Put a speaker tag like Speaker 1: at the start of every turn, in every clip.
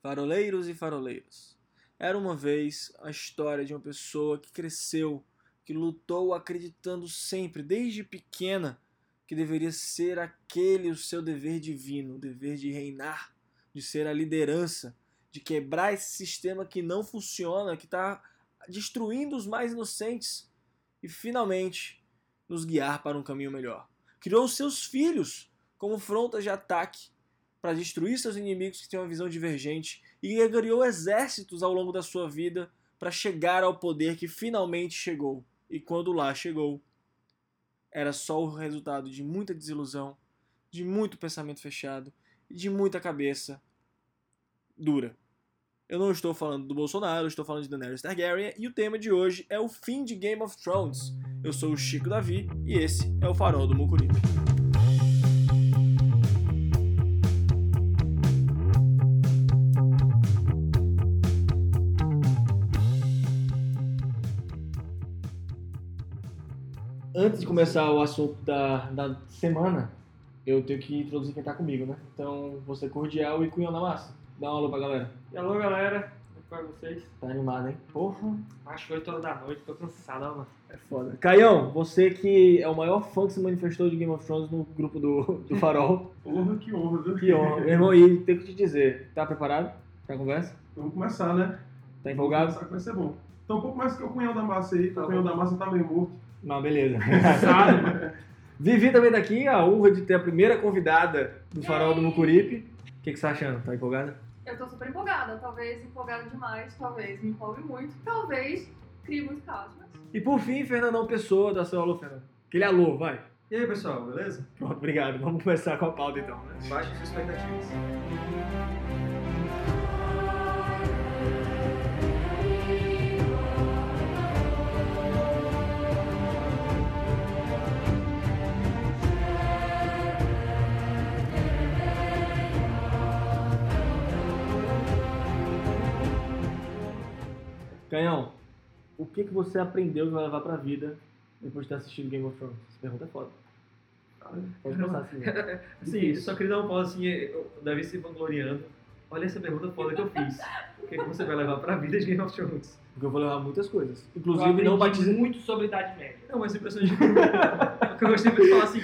Speaker 1: Faroleiros e faroleiros. Era uma vez a história de uma pessoa que cresceu, que lutou acreditando sempre, desde pequena, que deveria ser aquele o seu dever divino, o dever de reinar, de ser a liderança, de quebrar esse sistema que não funciona, que está destruindo os mais inocentes e finalmente nos guiar para um caminho melhor. Criou seus filhos como frontas de ataque para destruir seus inimigos que têm uma visão divergente e ganhou exércitos ao longo da sua vida para chegar ao poder que finalmente chegou. E quando lá chegou, era só o resultado de muita desilusão, de muito pensamento fechado e de muita cabeça dura. Eu não estou falando do Bolsonaro, eu estou falando de Daenerys Targaryen e o tema de hoje é o fim de Game of Thrones. Eu sou o Chico Davi e esse é o Farol do Mucuripe. Antes de começar o assunto da, da semana, eu tenho que introduzir quem tá comigo, né? Então, você cordial e cunhão na massa. Dá um alô pra galera.
Speaker 2: E alô galera, como é que vai vocês?
Speaker 1: Tá animado, hein? Porra,
Speaker 2: Acho que 8 horas da noite, tô cansado, ó, mano.
Speaker 1: é foda. Caião, você que é o maior fã que se manifestou de Game of Thrones no grupo do, do Farol.
Speaker 3: Honra que honra, viu?
Speaker 1: Que honra. Meu irmão, e tenho que te dizer, tá preparado pra conversa?
Speaker 3: Vamos começar, né?
Speaker 1: Tá empolgado?
Speaker 3: Vamos começar que vai ser bom. Então, um pouco mais que o Cunhão da Massa aí, que
Speaker 2: Tá
Speaker 3: o Cunhão
Speaker 2: bom.
Speaker 3: da Massa tá meio morto.
Speaker 1: Não, beleza.
Speaker 2: Cansado, mano.
Speaker 1: Vivi também tá aqui, a honra de ter a primeira convidada do Farol do Mucuripe. O que, que você tá achando? Tá empolgada?
Speaker 4: Eu tô super empolgada, talvez empolgada demais, talvez me empolgue muito, talvez crie muito caos, mas
Speaker 1: E por fim, Fernandão Pessoa, da seu alô, Fernando. Aquele alô, vai.
Speaker 5: E aí, pessoal, beleza?
Speaker 1: Pronto, obrigado. Vamos começar com a pauta então, né?
Speaker 5: Baixem suas expectativas.
Speaker 1: Canhão, o que, que você aprendeu que vai levar pra vida depois de ter assistido Game of Thrones? Essa pergunta é foda. Pode pensar assim. né?
Speaker 5: Assim, eu só queria dar um pause, assim, eh, o Davi se vangloriando. Olha essa pergunta foda que eu fiz. O que, é que você vai levar pra vida de Game of Thrones?
Speaker 1: Porque eu vou levar muitas coisas.
Speaker 2: Eu
Speaker 1: Inclusive,
Speaker 2: aprendi
Speaker 1: não batize.
Speaker 2: muito sobre Idade Média.
Speaker 5: Não, mas impressão de. Porque eu gostei muito de falar assim.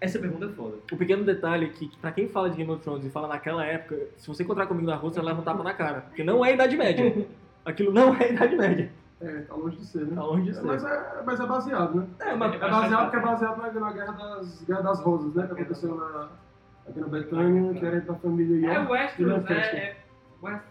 Speaker 5: Essa pergunta é foda.
Speaker 1: O pequeno detalhe é que, que pra quem fala de Game of Thrones e fala naquela época, se você encontrar comigo na rua, você vai levar um tapa na cara. Porque não é Idade Média. Aquilo não é Idade Média.
Speaker 3: É, tá longe de ser, né?
Speaker 1: Tá longe de ser.
Speaker 3: Mas é, mas é baseado, né?
Speaker 1: É,
Speaker 3: É,
Speaker 1: mas-
Speaker 3: baseado porque é baseado na, na guerra, das, guerra das Rosas, né? Que aconteceu na, aqui na Bretanha, que era entre a família
Speaker 2: É
Speaker 3: York.
Speaker 2: Westeros,
Speaker 3: Não,
Speaker 2: é, é Westeros,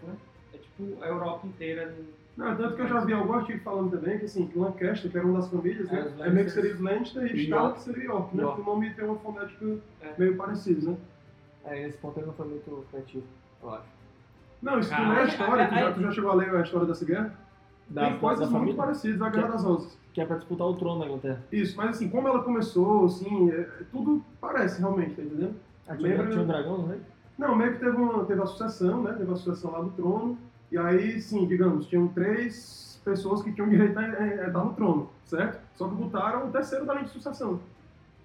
Speaker 2: né? É tipo a Europa inteira. no-
Speaker 3: Não, tanto que eu já vi algum artigo falando também que, assim, que Lancaster, que era uma das famílias,
Speaker 2: É,
Speaker 3: né?
Speaker 2: os
Speaker 3: É meio que
Speaker 2: Lannisters.
Speaker 3: seria os Lannister e
Speaker 1: E
Speaker 3: Stark seria York, né?
Speaker 1: York.
Speaker 3: Porque o nome tem uma fonética
Speaker 2: É.
Speaker 3: meio parecida, né?
Speaker 1: É, esse ponto aí não foi muito criativo, eu acho.
Speaker 3: Não, isso
Speaker 2: Ah,
Speaker 3: não é a
Speaker 2: aí-
Speaker 3: história, tu
Speaker 2: aí-
Speaker 3: já, tu já chegou a ler a história dessa guerra?
Speaker 1: Da,
Speaker 3: tem um coisas
Speaker 1: da
Speaker 3: muito
Speaker 1: família,
Speaker 3: parecidas à Guerra das Rosas.
Speaker 1: que é pra disputar o trono na Inglaterra.
Speaker 3: Isso, mas assim, como ela começou, assim, é- tudo parece realmente, tá entendendo?
Speaker 1: Ah, tinha,
Speaker 3: Lembra-
Speaker 1: tinha um dragão, né?
Speaker 3: Não, meio que teve, uma, teve a sucessão, né? Teve a sucessão lá do trono. E aí, sim, digamos, tinham três pessoas que tinham direito a é, é, estar no trono, certo? Só que botaram o terceiro da linha de sucessão.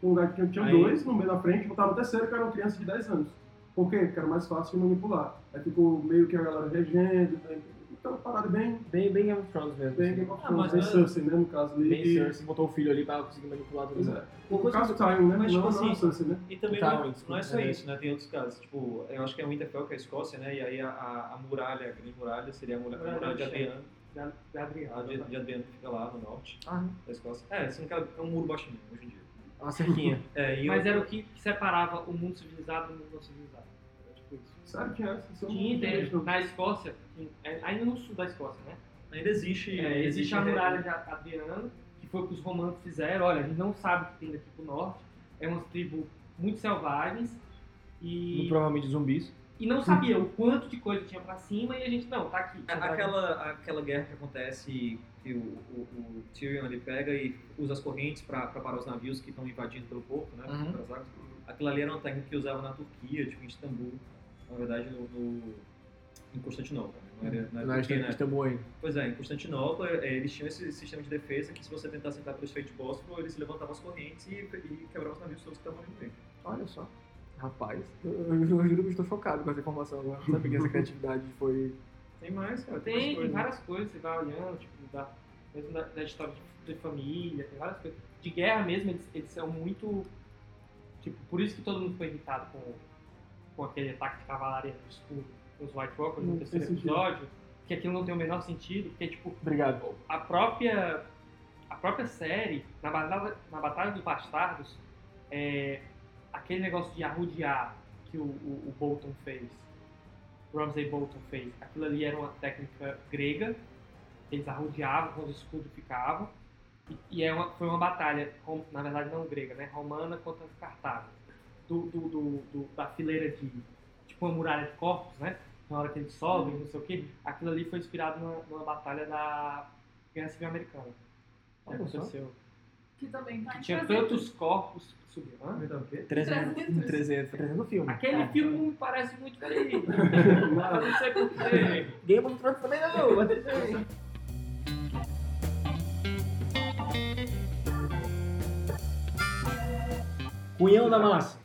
Speaker 3: No lugar que tinha, tinha
Speaker 2: Aí-
Speaker 3: dois, no meio da frente, botaram o terceiro, que era uma criança de 10 anos. Por quê? Porque era mais fácil de manipular. Aí ficou meio que a galera regendo, tá? então parada bem,
Speaker 1: Bem, bem Game of Thrones mesmo.
Speaker 3: bem
Speaker 1: assim.
Speaker 3: Game of
Speaker 2: Ah,
Speaker 3: Thrones,
Speaker 2: mas
Speaker 3: bem
Speaker 2: eu-
Speaker 3: Cersei, né, no caso ali.
Speaker 1: Bem
Speaker 3: e-
Speaker 1: Cersei botou o filho ali pra conseguir manipular tudo.
Speaker 3: Pois
Speaker 1: isso.
Speaker 3: é.
Speaker 5: Uma
Speaker 3: O
Speaker 5: coisa
Speaker 3: caso Tyrion, né?
Speaker 5: Mas,
Speaker 3: não,
Speaker 5: tipo
Speaker 3: não
Speaker 5: assim,
Speaker 3: a Sansa, né?
Speaker 5: E também
Speaker 1: Tá,
Speaker 5: não,
Speaker 1: antes,
Speaker 5: não é só
Speaker 1: né?
Speaker 5: isso, né? Tem outros casos. Tipo, eu acho que é o Interfell, que é a Escócia, né? E aí a, a, a muralha, a grande muralha, seria a muralha, a muralha de Adriano.
Speaker 2: Da,
Speaker 1: É
Speaker 2: da
Speaker 5: A de,
Speaker 2: Adriana.
Speaker 5: de Adriano que fica lá no norte
Speaker 2: Ah,
Speaker 5: da Escócia. É, assim, que é um muro baixinho hoje em dia.
Speaker 1: Uma cerquinha.
Speaker 5: É, e
Speaker 2: Mas
Speaker 5: eu-
Speaker 2: era o que separava o mundo civilizado do mundo não civilizado. Era tipo isso.
Speaker 3: Sério que é? Isso é um-
Speaker 2: Tinha inteiro. Na Escócia, que- é, ainda no sul da Escócia, né?
Speaker 5: Ainda existe.
Speaker 2: É, existe a muralha de Adriano, que foi o que os romanos fizeram. Olha, a gente não sabe o que tem daqui pro norte. É umas tribos muito selvagens
Speaker 1: E
Speaker 2: e,
Speaker 1: provavelmente zumbis.
Speaker 2: e não sabia o quanto de coisa tinha pra cima e a gente, não, tá aqui.
Speaker 5: A- É, Aquela, aquela guerra que acontece que o, o- o Tyrion ele pega e usa as correntes pra pra parar os navios que estão invadindo pelo porto, né?
Speaker 1: Uhum.
Speaker 5: pelas águas. Aquilo ali era uma técnica que usava na Turquia, tipo em Istambul, na verdade no, no- em Constantinopla. né? Não era na Turquia, né?
Speaker 1: estamos aí.
Speaker 5: Pois é, em Constantinopla eh, eles tinham esse sistema de defesa que se você tentasse entrar pelo Estreito de Bósforo, eles levantavam as correntes e, e quebravam os navios todos que estavam ali no meio.
Speaker 1: Olha só. Rapaz, eu, eu juro que eu estou chocado com essa informação agora. Sabe que essa criatividade foi.
Speaker 5: Tem mais, cara.
Speaker 2: Tem, tem
Speaker 5: coisa.
Speaker 2: várias coisas, você vai olhando, tipo, da, mesmo da, da história de, de família, tem várias coisas. De guerra mesmo, eles, eles são muito. Tipo, por isso que todo mundo foi irritado com, com aquele ataque de cavalaria do escuro nos White Walkers
Speaker 3: Não
Speaker 2: no
Speaker 3: tem
Speaker 2: terceiro
Speaker 3: sentido.
Speaker 2: episódio, que aquilo não tem o menor sentido, porque, tipo,
Speaker 1: Obrigado.
Speaker 2: a própria, a própria série, na Batalha, na batalha dos Bastardos, é, aquele negócio de arrodear que o, o, o Bolton fez, o Ramsay Bolton fez, aquilo ali era uma técnica grega, eles arrodeavam quando o escudo ficava, e, e é uma, foi uma batalha, rom- na verdade não grega, né, romana contra Cartago, do, do, do- do- da fileira de, tipo uma muralha de corpos, né, na hora que eles sobem, não sei o que, aquilo ali foi inspirado numa, numa batalha da Guerra Civil Americana. Que
Speaker 1: Olha só.
Speaker 2: aconteceu.
Speaker 4: Que também tá
Speaker 2: Que
Speaker 4: em
Speaker 2: tinha
Speaker 4: presente.
Speaker 2: tantos corpos subindo. Hã?
Speaker 5: Verdade, o quê?
Speaker 4: 300.
Speaker 1: 300. 300 no filme.
Speaker 2: Aquele filme me parece muito bem. Eu não sei porquê.
Speaker 1: Game of Thrones também não!
Speaker 6: Punhão na massa.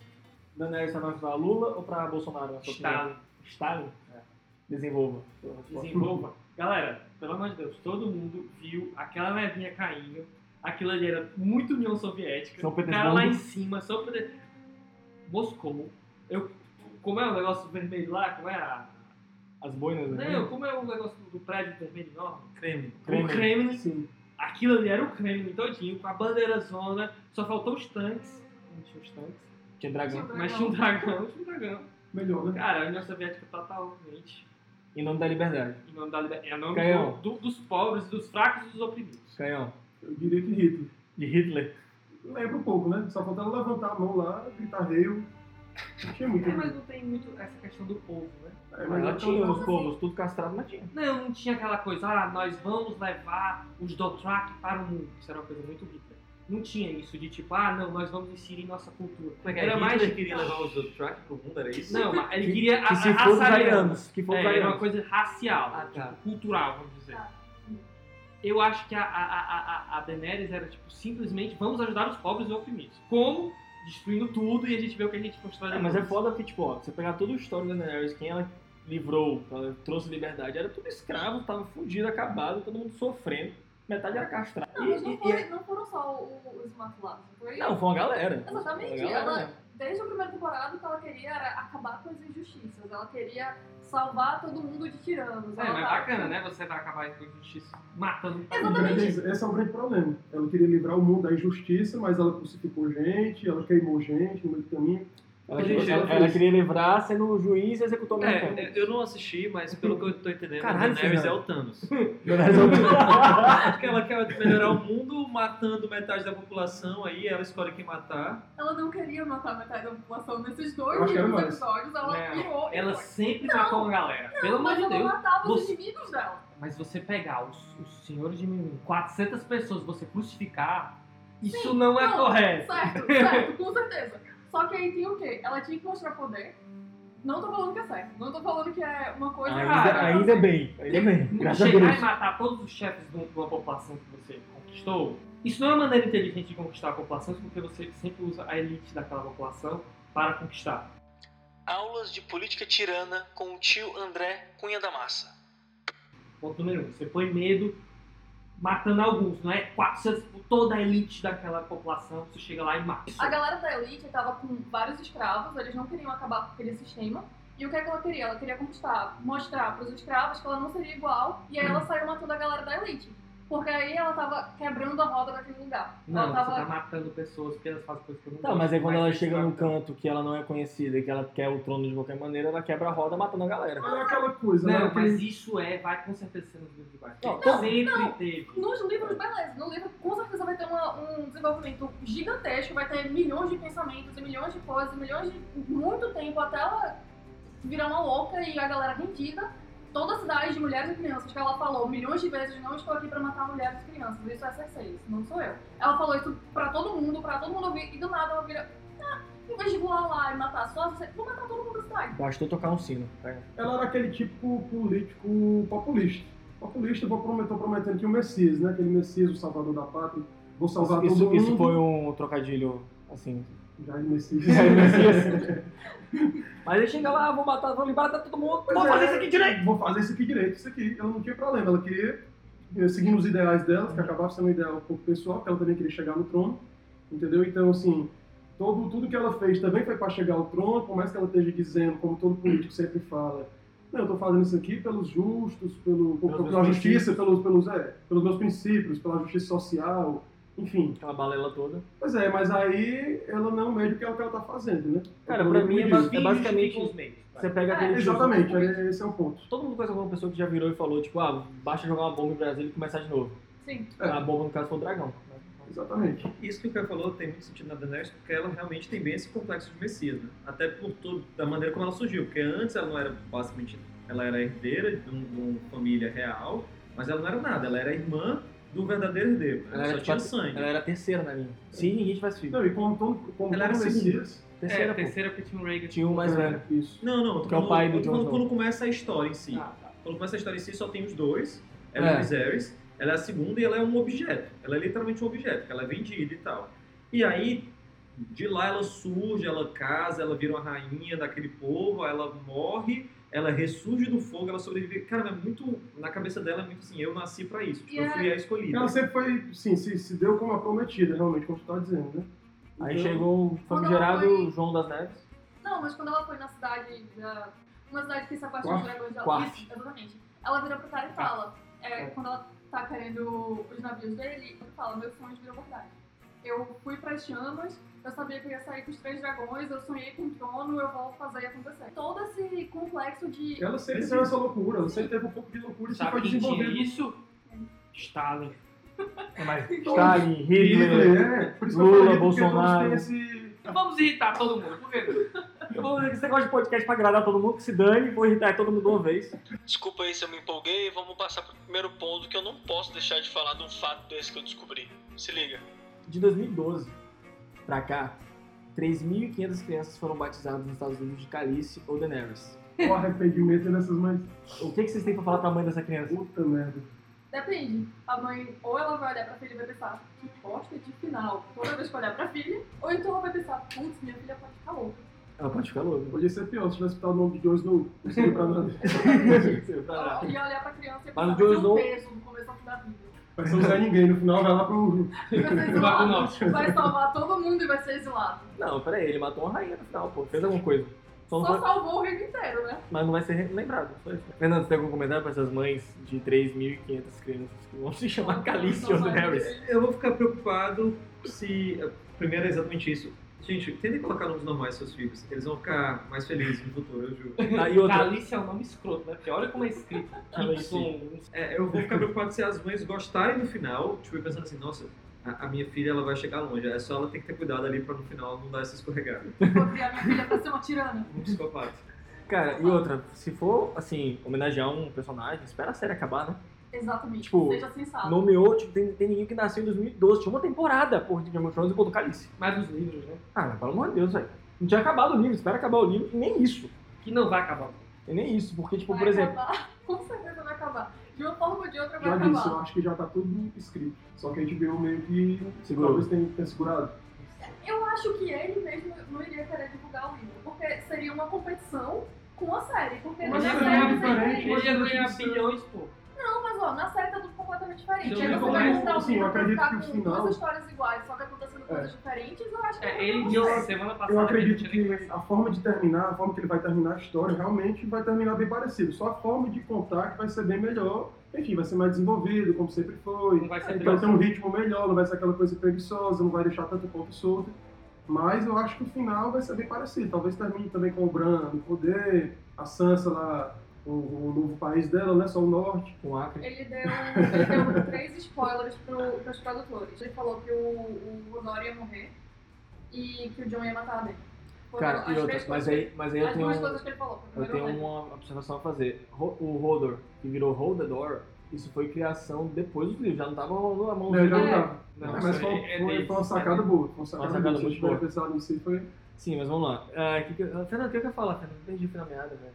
Speaker 1: Daniel está mais pra Lula ou pra Bolsonaro?
Speaker 2: Estalo.
Speaker 1: Estado? É. Desenvolva.
Speaker 2: Desenvolva. Galera, pelo amor de Deus, todo mundo viu aquela nevinha caindo. Aquilo ali era muito União Soviética.
Speaker 1: São
Speaker 2: o cara lá
Speaker 1: Petersburgo.
Speaker 2: em cima, São Petersburgo. Moscou. Eu, como é o negócio vermelho lá? Como é a.
Speaker 1: As boinas, né?
Speaker 2: Não, como é o negócio do prédio vermelho enorme?
Speaker 5: Creme.
Speaker 2: O Kremlin.
Speaker 1: Sim.
Speaker 2: Aquilo ali era o Kremlin todinho, com a bandeira zona, só faltou os tanques. Não tinha os tanques.
Speaker 1: Tinha é dragão.
Speaker 2: Mas tinha um dragão, tinha um dragão.
Speaker 3: Melhor, né?
Speaker 2: Cara, a União Soviética totalmente
Speaker 1: Em nome da liberdade.
Speaker 2: em nome da liberdade. É o nome
Speaker 1: Canhão.
Speaker 2: do- do- dos pobres, dos fracos e dos oprimidos.
Speaker 1: Canhão.
Speaker 3: Eu diria que Hitler.
Speaker 1: De Hitler.
Speaker 3: Lembra um pouco, né? Só faltava levantar a mão lá, gritar reio. Tinha muito.
Speaker 2: É, mas não tem muito essa questão do povo, né?
Speaker 3: É,
Speaker 1: Mas lá
Speaker 3: mas
Speaker 1: tinha
Speaker 3: então,
Speaker 1: os povos, tudo castrado, mas tinha.
Speaker 2: Não, não tinha aquela coisa, ah, nós vamos levar os Dothraki para o mundo. Isso era uma coisa muito Hitler. Não tinha isso de tipo, ah, não, nós vamos inserir nossa cultura.
Speaker 5: Como é que
Speaker 2: Era
Speaker 5: é?
Speaker 2: mais-
Speaker 5: Hitler queria levar os outros track pro mundo, era isso?
Speaker 2: Não, mas ele queria a,
Speaker 1: Que
Speaker 2: a
Speaker 1: se for os
Speaker 2: raça ariana.
Speaker 1: arianos. Que for os
Speaker 2: É, era uma
Speaker 1: arianos.
Speaker 2: coisa racial,
Speaker 5: Ah, tá.
Speaker 2: tipo, cultural, vamos dizer.
Speaker 4: Tá.
Speaker 2: Eu acho que a, a, a- a, a Daenerys era tipo simplesmente vamos ajudar os pobres e oprimidos. Como? Destruindo tudo e a gente vê o que a gente constrói.
Speaker 1: É,
Speaker 2: depois.
Speaker 1: mas é foda que, tipo, ó, você pegar toda a história da Daenerys, quem ela livrou, ela trouxe liberdade, era tudo escravo, tava fudido, acabado, todo mundo sofrendo, metade era castrado.
Speaker 4: Não,
Speaker 1: E-
Speaker 4: mas
Speaker 1: e-
Speaker 4: não,
Speaker 1: e-
Speaker 2: é-
Speaker 4: foi, não foram só o- os matulados, foi?
Speaker 1: não, foi uma galera.
Speaker 4: Exatamente,
Speaker 1: Foi uma galera,
Speaker 4: ela-
Speaker 1: né?
Speaker 4: Desde a primeira temporada, o que ela queria era acabar com as injustiças. Ela queria salvar todo mundo de tiranos.
Speaker 2: É,
Speaker 4: Ela
Speaker 2: mas
Speaker 4: tava-
Speaker 2: bacana, né? Você vai acabar com a justiça matando.
Speaker 3: o grande- Esse é o grande problema. Ela queria livrar o mundo da injustiça, mas ela crucificou gente, ela queimou gente no meio do caminho.
Speaker 1: Ela,
Speaker 5: Gente,
Speaker 1: queria- ela-
Speaker 3: eu-
Speaker 1: ela queria livrar sendo juiz e executou mesmo. tempo.
Speaker 5: É, eu não assisti, mas pelo que eu tô entendendo,
Speaker 1: Caralho,
Speaker 5: o Daenerys é
Speaker 1: Fernando.
Speaker 5: o Thanos.
Speaker 1: Ela-
Speaker 5: Porque ela quer melhorar o mundo matando metade da população, aí ela escolhe quem matar.
Speaker 4: Ela não queria matar metade da população nesses dois
Speaker 3: Eu acho que era
Speaker 4: últimos
Speaker 3: mais.
Speaker 4: episódios. Ela
Speaker 2: Não,
Speaker 4: pirou. e
Speaker 2: Ela
Speaker 4: foi.
Speaker 2: sempre matou uma galera. Pelo amor
Speaker 4: Mas
Speaker 2: de
Speaker 4: ela
Speaker 2: Deus.
Speaker 4: matava os
Speaker 2: você-
Speaker 4: inimigos dela.
Speaker 2: Mas você pegar os, os senhores de mim, 400 pessoas, você crucificar, isso não é
Speaker 4: não.
Speaker 2: correto.
Speaker 4: Certo, certo, com certeza. Só que aí tem o quê? Ela tinha que mostrar poder. Não tô falando que é certo. Não tô falando que é uma coisa
Speaker 1: ainda,
Speaker 4: errada.
Speaker 1: ainda é bem, ainda bem. Graças a
Speaker 2: Chegar
Speaker 1: Deus.
Speaker 2: e matar todos os chefes de um- de uma população que você conquistou, isso não é uma maneira inteligente de conquistar a população, porque você sempre usa a elite daquela população para conquistar.
Speaker 6: Aulas de política tirana com o tio André Cunha da Massa.
Speaker 2: Ponto número um. Você põe medo matando alguns, não é? 400, por toda a elite daquela população, você chega lá e mata.
Speaker 4: A galera da elite tava com vários escravos, eles não queriam acabar com aquele sistema. E o que, é que ela queria? Ela queria conquistar, mostrar pros escravos que ela não seria igual, e aí ela saiu matando a galera da elite. Porque aí ela tava quebrando a roda daquele lugar.
Speaker 2: Não,
Speaker 4: ela
Speaker 2: você
Speaker 4: tava.
Speaker 2: tá matando pessoas porque elas fazem coisas que eu não
Speaker 1: Tá, mas aí
Speaker 2: gosto,
Speaker 1: quando ela chega num
Speaker 2: você vai-
Speaker 1: canto que ela não é conhecida, que ela quer o trono de qualquer maneira, ela quebra a roda matando a galera.
Speaker 3: Mas é aquela coisa, né?
Speaker 2: Não,
Speaker 3: Aquele-
Speaker 2: mas isso é, vai com certeza ser nos livros de baixo.
Speaker 1: Não,
Speaker 2: Porque
Speaker 1: não,
Speaker 2: sempre teve.
Speaker 4: Nos livros, beleza. No livro, com certeza, vai ter uma- um desenvolvimento gigantesco, vai ter milhões de pensamentos e milhões de coisas, milhões de. muito tempo até ela virar uma louca e a galera rendida. Toda a cidade de mulheres e crianças que ela falou milhões de vezes: não estou aqui pra matar mulheres e crianças. Isso é Cersei, isso não sou eu. Ela falou isso pra todo mundo, pra todo mundo ouvir, e do nada ela vira. "Ah, Em vez de voar lá e matar só, você vou matar todo mundo da cidade.
Speaker 1: Bastou tocar um sino. Tá?
Speaker 3: Ela era aquele tipo político populista. Populista, vou prometer, tô prometendo que o Messias, né? Aquele Messias, o salvador da pátria, vou salvar
Speaker 1: Isso,
Speaker 3: todo mundo.
Speaker 1: isso foi um trocadilho, assim,
Speaker 3: Já Messias.
Speaker 1: Jair Messias. Mas ele chega lá, vou matar, vou libertar todo mundo,
Speaker 3: Pois
Speaker 1: vou
Speaker 3: é.
Speaker 1: fazer isso aqui direito.
Speaker 3: Vou fazer isso aqui direito, isso aqui. Ela não tinha problema. Ela queria, eh, seguindo os ideais dela, que acabava sendo um ideal um pouco pessoal, porque ela também queria chegar no trono. Entendeu? Então, assim, todo, tudo que ela fez também foi para chegar ao trono, por mais que ela esteja dizendo, como todo político sempre fala, não, eu tô fazendo isso aqui pelos justos, pelo,
Speaker 1: Pelos meus
Speaker 3: pela justiça, pelos, pelos, é, pelos meus princípios, pela justiça social, enfim.
Speaker 1: Aquela balela toda.
Speaker 3: Pois é, mas aí ela não mede o que é o que ela tá fazendo, né?
Speaker 1: Cara,
Speaker 3: Então,
Speaker 1: pra
Speaker 3: eu
Speaker 1: mim é
Speaker 3: digo,
Speaker 1: bas-
Speaker 5: Finge
Speaker 1: basicamente-
Speaker 5: que fica os meios. vai.
Speaker 1: Você pega
Speaker 4: É,
Speaker 1: aquele tipo,
Speaker 3: Exatamente, é- esse é o ponto.
Speaker 1: Todo mundo conhece alguma pessoa que já virou e falou, tipo, ah, basta jogar uma bomba no Brasil e começar de novo.
Speaker 4: Sim.
Speaker 3: É.
Speaker 1: A bomba, no caso, foi o dragão.
Speaker 3: Exatamente.
Speaker 5: Isso que o Caio falou tem muito sentido na Daenerys, porque ela realmente tem bem esse complexo de Messias, né? Até por tudo, da maneira como ela surgiu, porque antes ela não era, basicamente, ela era herdeira de, um- de uma família real, mas ela não era nada, ela era irmã do verdadeiro herdeiro, né?
Speaker 1: Ela
Speaker 5: ela,
Speaker 1: era
Speaker 5: só tinha
Speaker 1: tipo
Speaker 5: sangue.
Speaker 1: Ela era a terceira na minha. Sim, ninguém tivesse filho.
Speaker 3: Não, e como todo, como
Speaker 5: Ela era
Speaker 3: todo Messias. é,
Speaker 1: Terceira, pô.
Speaker 2: é, terceira porque tinha um Reagan.
Speaker 1: Tinha um mais velho.
Speaker 3: Isso.
Speaker 5: Não, não, eu tô
Speaker 1: Que é o
Speaker 5: falando-
Speaker 1: pai do
Speaker 5: eu tô
Speaker 1: Jon
Speaker 5: falando
Speaker 1: Snow.
Speaker 5: Quando começa a história em si.
Speaker 2: Ah, tá.
Speaker 5: Quando começa a história em si, só tem os dois. Ela é,
Speaker 1: É.
Speaker 5: o Viserys, ela é a segunda e ela é um objeto. Ela é literalmente um objeto, porque ela é vendida e tal. E aí, de lá ela surge, ela casa, ela vira uma rainha daquele povo, aí ela morre, ela ressurge do fogo, ela sobrevive. Cara, é muito. Na cabeça dela é muito assim, eu nasci pra isso.
Speaker 4: E
Speaker 5: eu
Speaker 4: a-
Speaker 5: fui a escolhida.
Speaker 3: Ela sempre foi, sim, se, se deu como a prometida, realmente, como tu tá dizendo, né?
Speaker 1: Aí
Speaker 3: Então,
Speaker 1: chegou o famigerado João das Neves.
Speaker 4: Não, mas quando ela foi na cidade, da- uma cidade que se apaixonou por dragões, ela
Speaker 1: Quarth.
Speaker 4: Isso, exatamente. Ela vira pro cara e fala, é, quando ela tá querendo os navios dele, ela fala, meus sonhos viram verdade. Eu fui pras chamas, eu sabia que eu ia sair com os três dragões, eu sonhei com o trono, eu vou fazer acontecer. Todo esse complexo de...
Speaker 3: Ela sempre
Speaker 5: Sim.
Speaker 3: teve essa loucura, ela sempre teve um pouco de loucura e sempre
Speaker 2: Sabe
Speaker 3: foi
Speaker 2: quem tinha
Speaker 3: desenvolvendo.
Speaker 2: isso? Stalin.
Speaker 1: Stalin, Hitler. né?
Speaker 3: Hitler, é, por isso
Speaker 1: Lula,
Speaker 3: que eu falei, porque
Speaker 1: Bolsonaro.
Speaker 3: todos têm esse...
Speaker 2: Então Vamos irritar todo mundo, por favor.
Speaker 1: Eu vou dizer que Você gosta de podcast pra agradar todo mundo, que se dane, vou irritar todo mundo de uma vez.
Speaker 7: Desculpa aí se eu me empolguei, vamos passar pro primeiro ponto que eu não posso deixar de falar de um fato desse que eu descobri. Se liga.
Speaker 1: De 2012 pra cá, 3.500 crianças foram batizadas nos Estados Unidos de Calice ou Daenerys.
Speaker 3: O arrependimento dessas mães.
Speaker 1: O que, que vocês têm pra falar pra mãe dessa criança?
Speaker 3: Puta merda.
Speaker 4: Depende. A mãe, ou ela vai olhar pra filha e vai pensar, que bosta de final, toda vez que olhar pra filha, ou então ela vai pensar, putz, minha filha pode ficar louca.
Speaker 1: Ela pode ficar louca.
Speaker 3: Podia ser pior se tivesse citado o nome de Jones Snow. Não seria pra nada.
Speaker 4: E olhar pra criança e
Speaker 1: Mas o Jon
Speaker 4: pensar, "Meu
Speaker 1: Snow-
Speaker 4: peso no começo ao fim da vida.
Speaker 3: Vai ser um Zé Ninguém, no final vai lá pro...
Speaker 4: Vai ser
Speaker 2: Vai pro
Speaker 4: exilado,
Speaker 2: norte.
Speaker 4: vai salvar todo mundo e vai ser exilado.
Speaker 1: Não, peraí, ele matou uma rainha no final, pô. Fez alguma coisa. Só
Speaker 4: Só
Speaker 1: não foi-
Speaker 4: salvou o reino inteiro, né?
Speaker 1: mas não vai ser lembrado. Só isso. Fernando, você tem algum comentário pra essas mães de 3.500 crianças que vão se chamar Calice ou
Speaker 4: Não Então, vai
Speaker 1: Daenerys?
Speaker 4: ter.
Speaker 5: Eu vou ficar preocupado se. Primeiro é exatamente isso. Gente, tentem colocar nomes normais seus filhos. Eles vão ficar mais felizes no futuro, eu juro.
Speaker 1: Ah, e outra.
Speaker 2: Calice é um nome escroto, né? Porque olha como é escrito.
Speaker 1: Calice.
Speaker 2: Y.
Speaker 5: É, eu vou ficar preocupado se as mães gostarem do final, tipo, pensando assim, nossa, a, a minha filha ela vai chegar longe, é só ela tem que ter cuidado ali pra no final não dar essa escorregada.
Speaker 4: Vou criar minha filha pra ser uma tirana.
Speaker 5: Um psicopata.
Speaker 1: Cara, e outra, se for, assim, homenagear um personagem, espera a série acabar, né?
Speaker 4: Exatamente.
Speaker 1: Tipo,
Speaker 4: Seja sensato.
Speaker 1: Nomeou, tipo, tem, tem ninguém que nasceu em 2012, tinha uma temporada, porra, de Game of Thrones e botou Calice.
Speaker 2: Mais os livros, né?
Speaker 1: Ah, mas pelo amor de Deus, velho. Não tinha acabado o livro, espera acabar o livro, e nem isso.
Speaker 2: Que não vai acabar.
Speaker 5: É
Speaker 1: E nem isso, porque, tipo,
Speaker 4: Vai
Speaker 1: por exemplo,
Speaker 4: acabar. Com certeza vai acabar. De uma forma ou de outra vai
Speaker 3: Já
Speaker 4: acabar.
Speaker 3: disse, eu acho que já tá tudo escrito. Só que a HBO meio que...
Speaker 1: Segurou.
Speaker 3: Talvez tenha, tenha segurado.
Speaker 4: Eu acho que ele mesmo não iria querer divulgar o livro, porque seria uma competição com a série. Porque
Speaker 3: Mas
Speaker 4: na
Speaker 2: é
Speaker 1: é
Speaker 3: seria
Speaker 4: série
Speaker 3: diferente,
Speaker 4: tem-
Speaker 2: Ele ia ganhar
Speaker 3: Mas-
Speaker 2: bilhões, pô.
Speaker 4: Não, mas ó, na série tá tudo completamente diferente.
Speaker 2: Então,
Speaker 4: Aí
Speaker 2: eu
Speaker 4: você
Speaker 2: vou
Speaker 4: vai
Speaker 2: mais-
Speaker 4: mostrar o
Speaker 3: assim, eu
Speaker 4: livro pra
Speaker 3: acredito
Speaker 4: ficar
Speaker 3: que
Speaker 4: com
Speaker 3: o final-
Speaker 4: duas histórias iguais, só que acontecendo coisas diferentes, eu um acho que
Speaker 2: É,
Speaker 4: não
Speaker 2: ele
Speaker 4: vai
Speaker 2: guiou
Speaker 4: acontecer.
Speaker 2: semana passada.
Speaker 3: Eu
Speaker 2: ele
Speaker 3: acredito
Speaker 2: tinha nem
Speaker 3: que
Speaker 2: conversado.
Speaker 3: a forma de terminar, a forma que ele vai terminar a história, realmente vai terminar bem parecido. Só a forma de contar que vai ser bem melhor. Enfim, vai ser mais desenvolvido, como sempre
Speaker 2: Não
Speaker 3: foi.
Speaker 2: vai ser
Speaker 1: Então,
Speaker 3: Vai
Speaker 2: preso.
Speaker 3: ter um ritmo melhor, não vai ser aquela coisa preguiçosa, não vai deixar tanto ponto solto. Mas eu acho que o final vai ser bem parecido. Talvez termine também com o Bran no poder, a Sansa lá, o, o novo país dela, né? Só o norte.
Speaker 1: com Acre.
Speaker 4: Ele deu, um, ele deu três spoilers pro, pros produtores. Ele falou que o, o Rodor ia morrer e que o John ia matar a dele. Foram
Speaker 1: Cara,
Speaker 4: as
Speaker 1: e
Speaker 4: três
Speaker 1: outra, mas
Speaker 4: coisas
Speaker 1: aí, mas aí
Speaker 4: que-
Speaker 1: eu
Speaker 4: as
Speaker 1: tenho, um-
Speaker 4: duas coisas que ele falou.
Speaker 1: eu tenho um- uma observação a fazer. Ro- O Hodor, que virou Hold the Door, isso foi criação depois dos livros, já não tava rolando a mão
Speaker 3: Né, já
Speaker 4: É.
Speaker 3: não dava.
Speaker 2: Não,
Speaker 3: mas foi,
Speaker 2: é- é
Speaker 3: foi-
Speaker 2: deles,
Speaker 3: foi uma
Speaker 2: é
Speaker 3: sacada
Speaker 2: deles.
Speaker 3: boa. Foi uma sacada,
Speaker 1: sacada
Speaker 3: boa. Se a
Speaker 1: muito
Speaker 3: gente for
Speaker 1: boa.
Speaker 3: pensar nisso aí, foi.
Speaker 1: Sim, mas vamos lá. Ah, que que eu- Fernando, o que, que eu ia falar, Fernando? Perdi o final da meada, velho.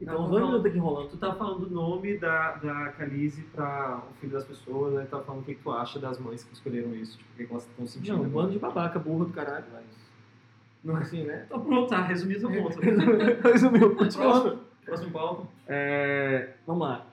Speaker 1: Então,
Speaker 5: Não,
Speaker 1: uns dois
Speaker 5: não.
Speaker 1: minutos aqui enrolando.
Speaker 5: Tu tá falando do nome da, da Khaleesi pra o filho das pessoas, né? Tu tá falando o que que tu acha das mães que escolheram isso, tipo, o que que elas estão sentindo.
Speaker 1: Não, um
Speaker 5: agora.
Speaker 1: bando de babaca, burro do caralho, mas. Não é assim, né?
Speaker 5: Então pronto, tá, resumido o ponto.
Speaker 1: Resumiu, continuando.
Speaker 5: Próximo pauta.
Speaker 1: É, vamos lá.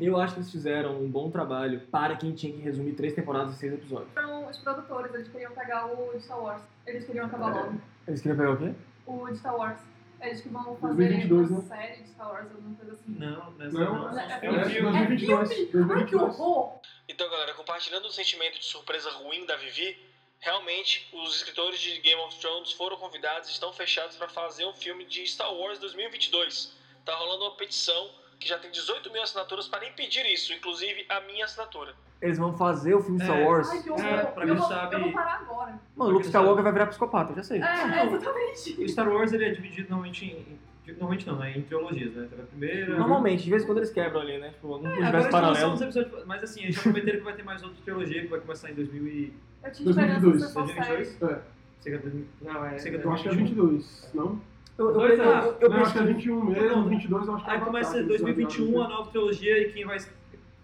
Speaker 1: Eu acho que eles fizeram um bom trabalho para quem tinha que resumir três temporadas e seis episódios.
Speaker 4: Então, os produtores, eles queriam pegar o de Star Wars. Eles queriam acabar
Speaker 1: É.
Speaker 4: logo.
Speaker 1: Eles queriam pegar o quê?
Speaker 4: O de Star Wars. Eles que vão
Speaker 3: Os
Speaker 4: fazer
Speaker 3: 22,
Speaker 4: uma
Speaker 3: né?
Speaker 4: série de Star Wars, alguma coisa assim.
Speaker 5: Não, nessa
Speaker 3: Não,
Speaker 5: não.
Speaker 4: É,
Speaker 5: É um
Speaker 4: é
Speaker 5: filme.
Speaker 4: filme.
Speaker 3: 2022.
Speaker 4: Ai, que horror!
Speaker 7: Então, galera, compartilhando o sentimento de surpresa ruim da Vivi, realmente os escritores de Game of Thrones foram convidados e estão fechados para fazer um filme de Star Wars 2022. Tá rolando uma petição que já tem 18 mil assinaturas para impedir isso, inclusive a minha assinatura.
Speaker 6: Eles vão fazer o filme Star
Speaker 5: É.
Speaker 6: Wars.
Speaker 4: Ai, que horror!
Speaker 5: É, pra
Speaker 4: eu,
Speaker 5: quem
Speaker 4: vou,
Speaker 5: sabe-
Speaker 4: eu vou parar agora.
Speaker 6: Mano, o Luke Skywalker vai virar psicopata, eu já sei.
Speaker 4: É, é, exatamente.
Speaker 5: O Star Wars ele é dividido normalmente em. Normalmente não, né? Em trilogias, né? Teve a primeira.
Speaker 6: Normalmente, de vez em quando eles
Speaker 1: Eles
Speaker 6: querem.
Speaker 1: quebram ali, né? Tipo, algum
Speaker 5: É, agora
Speaker 1: universo
Speaker 5: eles lançaram
Speaker 4: Uhum.
Speaker 1: paralelo.
Speaker 5: uns episódios- Mas assim, eles já prometeram que vai ter mais outra trilogia que vai começar em 2000 e...
Speaker 4: Eu tinha esperança
Speaker 3: 2022.
Speaker 4: se fosse série.
Speaker 3: É,
Speaker 5: Sei lá, 2000.
Speaker 2: Não, é.
Speaker 5: Sei que
Speaker 3: eu acho que é 22, não?
Speaker 6: Eu, eu,
Speaker 5: Dois
Speaker 6: eu,
Speaker 1: né?
Speaker 5: anos.
Speaker 6: eu, eu
Speaker 3: Eu acho que é
Speaker 6: pesquisei-
Speaker 3: 21 mesmo, 22 eu acho que é
Speaker 5: Aí começa em
Speaker 3: batata,
Speaker 5: 2021
Speaker 3: sabe?
Speaker 5: a nova trilogia e quem vai...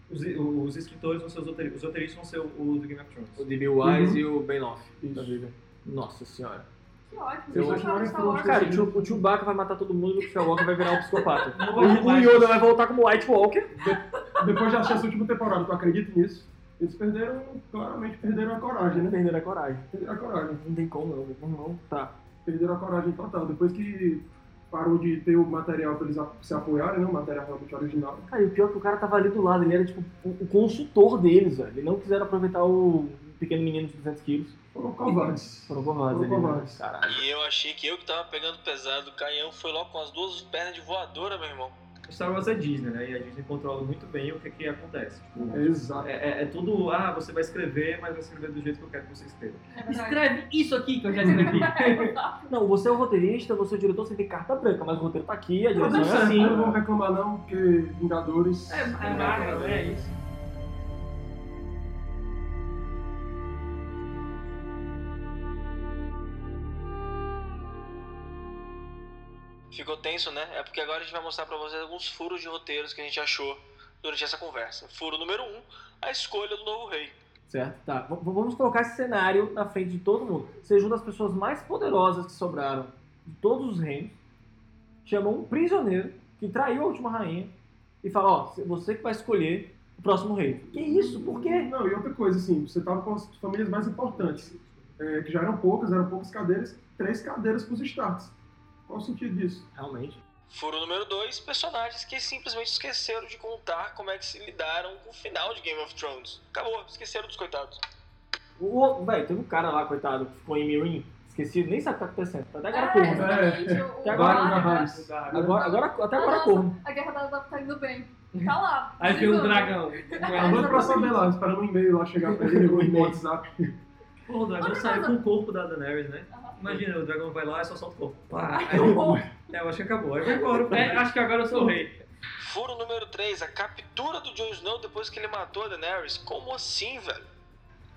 Speaker 5: Os, os escritores vão ser os roteiristas. Os roteiristas vão ser o, o do Game of
Speaker 1: O
Speaker 5: Thrones.
Speaker 1: D.B. Wise
Speaker 3: Uhum.
Speaker 1: e o Benioff
Speaker 3: Isso.
Speaker 1: da vida. Nossa senhora.
Speaker 4: Que ótimo.
Speaker 3: Eu
Speaker 4: já
Speaker 3: acho
Speaker 4: falo de
Speaker 3: que
Speaker 4: Star
Speaker 3: não é
Speaker 4: Wars.
Speaker 1: Ah, Cara, o Chu- o Chewbacca vai matar todo mundo e o Luke Skywalker vai virar um psicopata.
Speaker 5: Não
Speaker 1: O,
Speaker 5: vai ter
Speaker 1: o
Speaker 5: mais.
Speaker 1: Yoda vai voltar como White Walker.
Speaker 3: Depois de achar essa última temporada, que eu acredito nisso, eles perderam, claramente perderam a coragem, né?
Speaker 1: Perderam a coragem.
Speaker 3: Perderam a coragem.
Speaker 1: Não tem como não, meu irmão. Tá.
Speaker 3: Perderam a coragem total. Depois que parou de ter o material pra eles a- se apoiarem, né? O material realmente original.
Speaker 1: Cara, e o pior é que o cara tava ali do lado, ele era tipo o, o consultor deles, velho. Eles não quiseram aproveitar o pequeno menino de 200 quilos.
Speaker 3: Foram covardes.
Speaker 1: Foram covardes
Speaker 3: Foram
Speaker 1: ali, né?
Speaker 3: covardes.
Speaker 1: Caralho.
Speaker 7: E eu achei que eu que tava pegando pesado, o Caião foi logo com as duas pernas de voadora, meu irmão.
Speaker 5: Star Wars é Disney, né? E a Disney controla muito bem o que, que acontece. Tipo,
Speaker 3: Exato.
Speaker 5: é, é- é tudo, ah, você vai escrever, mas vai escrever do jeito que eu quero que você escreva.
Speaker 4: É verdade.
Speaker 2: Escreve isso aqui que eu já
Speaker 1: É
Speaker 2: escrevi.
Speaker 1: Não, você é o roteirista, você é o diretor, você tem carta branca, mas o roteiro tá aqui, a
Speaker 3: Não,
Speaker 1: direção
Speaker 3: deu
Speaker 1: é
Speaker 3: certo,
Speaker 1: assim.
Speaker 3: né? não vão reclamar não, porque Vingadores...
Speaker 2: É, é magro, é isso.
Speaker 7: Ficou tenso, né? É porque agora a gente vai mostrar pra vocês alguns furos de roteiros que a gente achou durante essa conversa. Furo número 1, um, a escolha do novo rei.
Speaker 1: Certo, tá. V- v- vamos colocar esse cenário na frente de todo mundo. Você junta as pessoas mais poderosas que sobraram de todos os reinos, chama um prisioneiro que traiu a última rainha e fala: Ó, cê- você que vai escolher o próximo rei. Que é isso? Por quê?
Speaker 3: Não, e outra coisa, assim, você tava com as famílias mais importantes, é, que já eram poucas, eram poucas cadeiras, três cadeiras pros Starks. Qual o sentido disso?
Speaker 1: Realmente.
Speaker 7: Furo número 2, personagens que simplesmente esqueceram de contar como é que se lidaram com o final de Game of Thrones. Acabou, esqueceram dos coitados.
Speaker 1: O, o- véi, teve um cara lá, coitado, que ficou em Mirim, esquecido, nem sabe o que tá acontecendo. Tá Até agora é
Speaker 4: É,
Speaker 1: corno.
Speaker 4: exatamente. o-
Speaker 1: Até
Speaker 4: o
Speaker 1: agora
Speaker 4: Lara,
Speaker 3: na
Speaker 4: né?
Speaker 3: Harris.
Speaker 1: Agora, agora- até agora é
Speaker 4: Ah,
Speaker 1: corno.
Speaker 4: A guerra da Europa tá indo bem. Tá lá.
Speaker 2: Aí vem um
Speaker 4: Ligando.
Speaker 2: dragão.
Speaker 3: Agora pra saber lá, esperando um e-mail lá chegar pra ele, ou um WhatsApp.
Speaker 5: Porra, o dragão
Speaker 4: Olha,
Speaker 5: saiu
Speaker 4: mas-
Speaker 5: com o corpo da Daenerys, né?
Speaker 4: Aham.
Speaker 5: Imagina, o dragão vai lá e só solta o corpo. Pá,
Speaker 4: Ai,
Speaker 5: aí-
Speaker 4: que horror.
Speaker 5: é, eu acho que acabou. Aí vai embora, pô.
Speaker 2: É, acho que agora eu sou o rei.
Speaker 7: Furo número 3, a captura do Jon Snow depois que ele matou a Daenerys. Como assim, velho?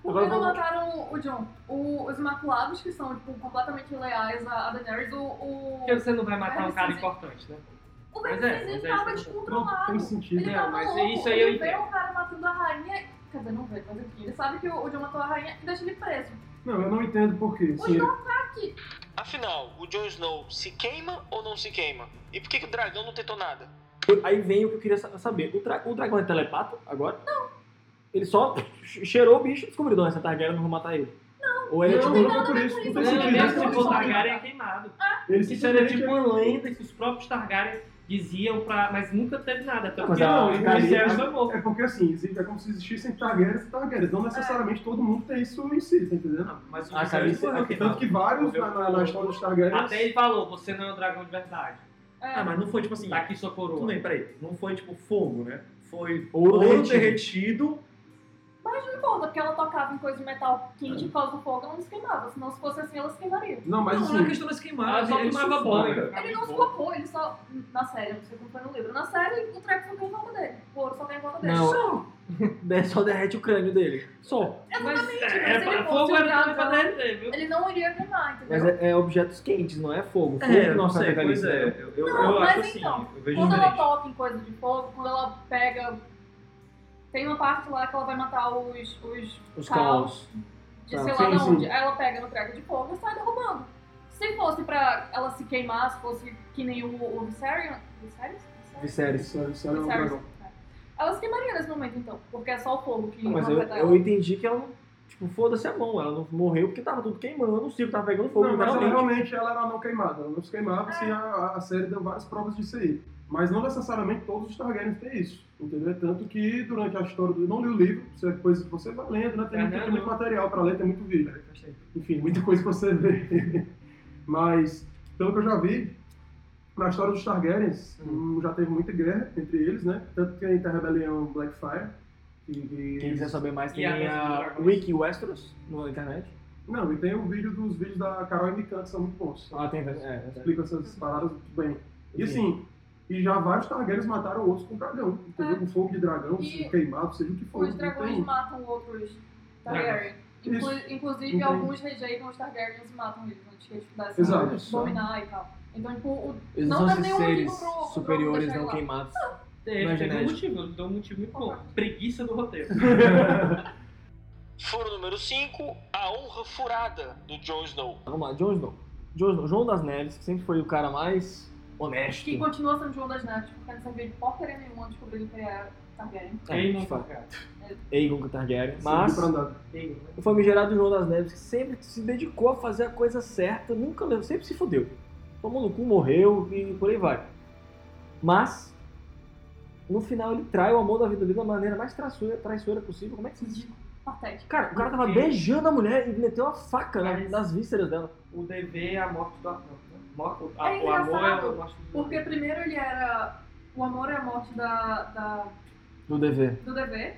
Speaker 4: Por que não mataram o John? O- os Imaculados, que são tipo, completamente leais a a Daenerys, o. O,
Speaker 2: Porque você não vai matar um cara importante, né?
Speaker 4: o
Speaker 2: mas é,
Speaker 4: Vercingetorix
Speaker 2: mas é
Speaker 4: tava
Speaker 2: isso.
Speaker 3: Não
Speaker 4: descontrolado.
Speaker 3: Então, tem sentido.
Speaker 4: Ele
Speaker 2: Não,
Speaker 4: tava
Speaker 2: mas
Speaker 4: louco.
Speaker 2: isso aí
Speaker 4: ele
Speaker 2: eu
Speaker 4: vê
Speaker 2: entendo.
Speaker 4: o cara matando a rainha. Quer dizer, não vê, mas enfim. Ele sabe que o, o John matou a rainha e deixa ele preso.
Speaker 3: Não, eu não entendo por quê.
Speaker 4: O
Speaker 3: assim,
Speaker 4: John tá aqui.
Speaker 7: Afinal, o Jon Snow se queima ou não se queima? E por que, que o dragão não tentou nada?
Speaker 1: Aí vem o que eu queria sa- saber. O, tra- o dragão é telepata agora? Não. Ele só cheirou o bicho e descobriu, não, essa Targaryen não vou matar ele. Não. Ou ele é
Speaker 3: Não,
Speaker 1: tipo...
Speaker 3: não foi por isso, não
Speaker 4: Não,
Speaker 3: tem
Speaker 2: Não,
Speaker 3: sentido.
Speaker 2: mesmo se
Speaker 4: não,
Speaker 2: for
Speaker 4: não.
Speaker 2: Targaryen é queimado.
Speaker 3: Eles
Speaker 2: Isso era tipo
Speaker 3: simplesmente-
Speaker 2: uma lenda que os próprios Targaryen diziam pra. Mas nunca teve nada.
Speaker 1: Mas
Speaker 2: Porque
Speaker 1: a-
Speaker 2: não,
Speaker 3: a-
Speaker 2: o Viserys levou.
Speaker 3: É porque assim, existe- é como se existissem Targaryen e Targaryen. Não necessariamente todo mundo tem isso em si, tá entendendo?
Speaker 5: Mas o
Speaker 1: Ah, cara,
Speaker 5: Viserys
Speaker 1: isso-
Speaker 5: morreu
Speaker 3: Tanto
Speaker 5: queimado.
Speaker 3: que vários na, na- na história dos Targaryen.
Speaker 2: Até ele falou: você não é um dragão de verdade.
Speaker 4: É,
Speaker 5: Ah, mas não foi tipo assim...
Speaker 2: Tá aqui sua
Speaker 5: Tudo
Speaker 2: coroa.
Speaker 5: bem, peraí. Não foi tipo fogo, né? Foi
Speaker 1: Ouro
Speaker 5: ouro,
Speaker 1: derretido.
Speaker 5: derretido.
Speaker 4: não importa, porque ela tocava em coisa de metal quente por causa do fogo, ela não se queimava. Se não se fosse assim, ela se queimaria.
Speaker 3: Não, mas
Speaker 5: não, não é
Speaker 3: assim,
Speaker 5: questão de se queimar.
Speaker 2: Ela só
Speaker 5: ele
Speaker 2: tomava
Speaker 5: sufoca.
Speaker 2: banho.
Speaker 4: Ele não se focou, ele só. Na série, eu não sei como foi no livro. Na série, o treco só tem em volta dele. O ouro só tem em volta dele.
Speaker 1: Não. É Só derrete o crânio dele. Só.
Speaker 2: Mas
Speaker 4: Exatamente, mas,
Speaker 2: é,
Speaker 4: se ele
Speaker 2: pra-
Speaker 4: fosse
Speaker 2: fogo
Speaker 4: um
Speaker 2: era tudo pra
Speaker 4: dragão,
Speaker 2: derreter, viu?
Speaker 4: ele não iria queimar,
Speaker 1: Mas
Speaker 4: entendeu?
Speaker 1: é, é objetos quentes, não é fogo. Fogo
Speaker 5: É,
Speaker 1: que
Speaker 5: não
Speaker 1: nós
Speaker 5: sei,
Speaker 1: atacamos,
Speaker 5: pois é.
Speaker 1: né?
Speaker 5: Eu, eu,
Speaker 4: Não,
Speaker 5: eu
Speaker 4: mas
Speaker 5: acho assim,
Speaker 4: então,
Speaker 1: é
Speaker 5: eu vejo
Speaker 4: Quando ela
Speaker 5: diferente.
Speaker 4: toca em coisa de fogo, quando ela pega. Tem uma parte lá que ela vai matar os, os
Speaker 1: Os
Speaker 4: caos
Speaker 1: caos.
Speaker 4: de
Speaker 1: Tá.
Speaker 4: sei lá
Speaker 3: Sim,
Speaker 4: de
Speaker 3: sim.
Speaker 4: onde. Aí ela pega no treco de fogo e sai derrubando. Se fosse pra ela se queimar, se fosse que nem o, o Viserion... Viserys? Viserys?
Speaker 1: Viserys.
Speaker 3: Isso, isso era um
Speaker 4: Viserys.
Speaker 3: dragão.
Speaker 4: É. Ela se queimaria nesse momento, então. Porque é só o fogo que
Speaker 1: Não, mas eu,
Speaker 4: afeta ela.
Speaker 1: eu entendi que ela, tipo, foda-se a mão. Ela não morreu porque tava tudo queimando, o circo tava pegando fogo,
Speaker 3: Não, mas ela
Speaker 1: literalmente.
Speaker 3: realmente ela era não queimada. Ela não se queimava se a, a série deu várias provas disso aí. Mas não necessariamente todos os Targaryen têm isso. Entendeu? Tanto que durante a história do. Não li o livro, isso é coisa que você vai lendo, né? Tem muito,
Speaker 2: Aham.
Speaker 3: tem muito material pra ler, tem muito vídeo. enfim, muita coisa pra você ver. Mas, pelo que eu já vi, na história dos Targaryens, hum, já teve muita guerra entre eles, né? Tanto que tem a rebelião Blackfire. Que, que-
Speaker 1: é, Quem quiser saber mais, tem
Speaker 2: E a dança dos
Speaker 1: a
Speaker 2: dragões.
Speaker 1: Wiki Westeros na internet.
Speaker 3: Não, e tem um vídeo dos vídeos da Carol e Mikan, que são muito bons. tá?
Speaker 1: Ah, tem, é, é.
Speaker 3: Explica essas
Speaker 4: Uhum.
Speaker 3: paradas muito bem. E assim, e já vários Targaryens mataram outros com dragão, entendeu?
Speaker 4: É.
Speaker 3: Com fogo de dragão,
Speaker 4: E
Speaker 3: queimado, seja o que for.
Speaker 4: Tipo, Os
Speaker 3: não
Speaker 4: dragões
Speaker 3: tem-
Speaker 4: matam outros Targaryen.
Speaker 3: Isso.
Speaker 4: Inclu- inclusive,
Speaker 3: Não tem.
Speaker 4: alguns rejeitam os Targaryens e matam eles. Não tinha dificuldade
Speaker 3: Exato.
Speaker 4: de dominar e tal. Então, tipo, o...
Speaker 1: Eles
Speaker 4: Não
Speaker 1: não
Speaker 4: dá
Speaker 1: são esses
Speaker 4: nenhum
Speaker 1: seres
Speaker 4: motivo pro- pro
Speaker 1: superiores
Speaker 4: deixar
Speaker 1: não
Speaker 4: lá.
Speaker 1: queimados.
Speaker 2: Teve,
Speaker 1: Não é
Speaker 2: teve um
Speaker 1: genético.
Speaker 2: motivo, deu um motivo muito bom. Preguiça do roteiro.
Speaker 7: Furo número 5, a honra furada do Jon Snow.
Speaker 1: Vamos lá, Jon Snow. Jon Snow, João das Neves, que sempre foi o cara mais honesto. É,
Speaker 4: que continua sendo João das Neves, porque não sabia de porcaria nenhuma descobrindo que ele era Targaryen.
Speaker 1: É,
Speaker 2: Eamon
Speaker 1: de fato.
Speaker 2: Targaryen.
Speaker 1: Aegon Targaryen.
Speaker 3: Serviu
Speaker 1: Mas
Speaker 3: pra nada.
Speaker 2: Eamon, né?
Speaker 1: o famigerado João das Neves, que sempre se dedicou a fazer a coisa certa, nunca levou, sempre se fudeu. Tomou no cu, morreu e por aí vai. Mas, no final, ele trai o amor da vida dele da maneira mais traiçoeira, traiçoeira possível. Como é que se diz?
Speaker 4: Patético.
Speaker 1: Cara, o cara tava
Speaker 2: Sim.
Speaker 1: beijando a mulher e meteu uma faca na-
Speaker 2: Mas-
Speaker 1: nas vísceras dela.
Speaker 2: O dever é a morte do amor. Morte- a-
Speaker 4: É
Speaker 2: o amor é
Speaker 4: engraçado,
Speaker 2: a morte do
Speaker 4: Porque primeiro ele era o amor e a morte da, da-
Speaker 1: No dever.
Speaker 4: do dever,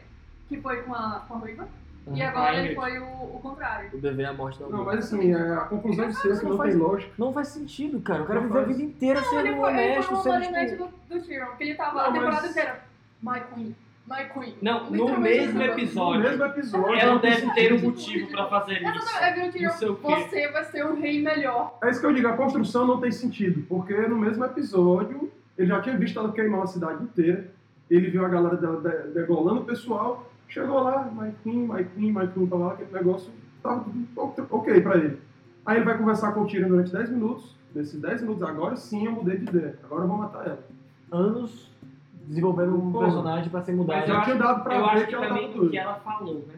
Speaker 4: que foi com a, com a Riva,
Speaker 1: Uhum.
Speaker 4: e agora
Speaker 2: Ah,
Speaker 4: ele
Speaker 2: Ingrid.
Speaker 4: foi o, o contrário.
Speaker 1: O dever é a morte da
Speaker 3: Não,
Speaker 1: mulher.
Speaker 3: mas assim, é, a conclusão de ser que
Speaker 1: Não
Speaker 3: não
Speaker 1: faz-
Speaker 3: tem lógica.
Speaker 1: Não faz sentido, cara. O cara
Speaker 3: Não
Speaker 1: viveu a
Speaker 3: faz.
Speaker 1: vida inteira
Speaker 4: Ele
Speaker 1: sendo um
Speaker 4: foi, ele
Speaker 1: honesto,
Speaker 4: foi um uma
Speaker 1: sendo
Speaker 4: marionete
Speaker 1: tipo...
Speaker 4: do, do Tyrion, porque ele tava
Speaker 3: Não,
Speaker 4: a temporada
Speaker 3: mas-
Speaker 4: inteira. My Queen, My Queen.
Speaker 2: Não, no
Speaker 4: Literalmente
Speaker 2: mesmo
Speaker 3: No
Speaker 4: essa-
Speaker 3: mesmo
Speaker 2: episódio,
Speaker 3: episódio.
Speaker 2: ela
Speaker 3: não tem
Speaker 2: deve ter um
Speaker 3: sentido.
Speaker 2: motivo pra fazer isso.
Speaker 4: Exatamente, é vira o Tyrion,
Speaker 2: Não sei o quê.
Speaker 4: você vai ser um rei melhor.
Speaker 3: É isso que eu digo, a construção não tem sentido, porque no mesmo episódio ele já tinha visto ela queimar uma cidade inteira, ele viu a galera dela de- degolando o pessoal, chegou lá, Maikin, Maikin, Maikin, tá lá, aquele negócio, tava tudo ok- ok pra ele. Aí ele vai conversar com o Tyrion durante 10 minutos, nesses 10 minutos agora sim eu mudei de ideia, agora eu vou matar ela.
Speaker 1: Anos desenvolvendo um
Speaker 3: Pô,
Speaker 1: personagem pra ser mudado.
Speaker 2: mas
Speaker 3: Já
Speaker 2: acho-
Speaker 3: tinha dado pra
Speaker 2: Eu
Speaker 3: ver
Speaker 2: acho que
Speaker 3: ela tá tava
Speaker 2: também o
Speaker 3: doida.
Speaker 2: que ela falou, né?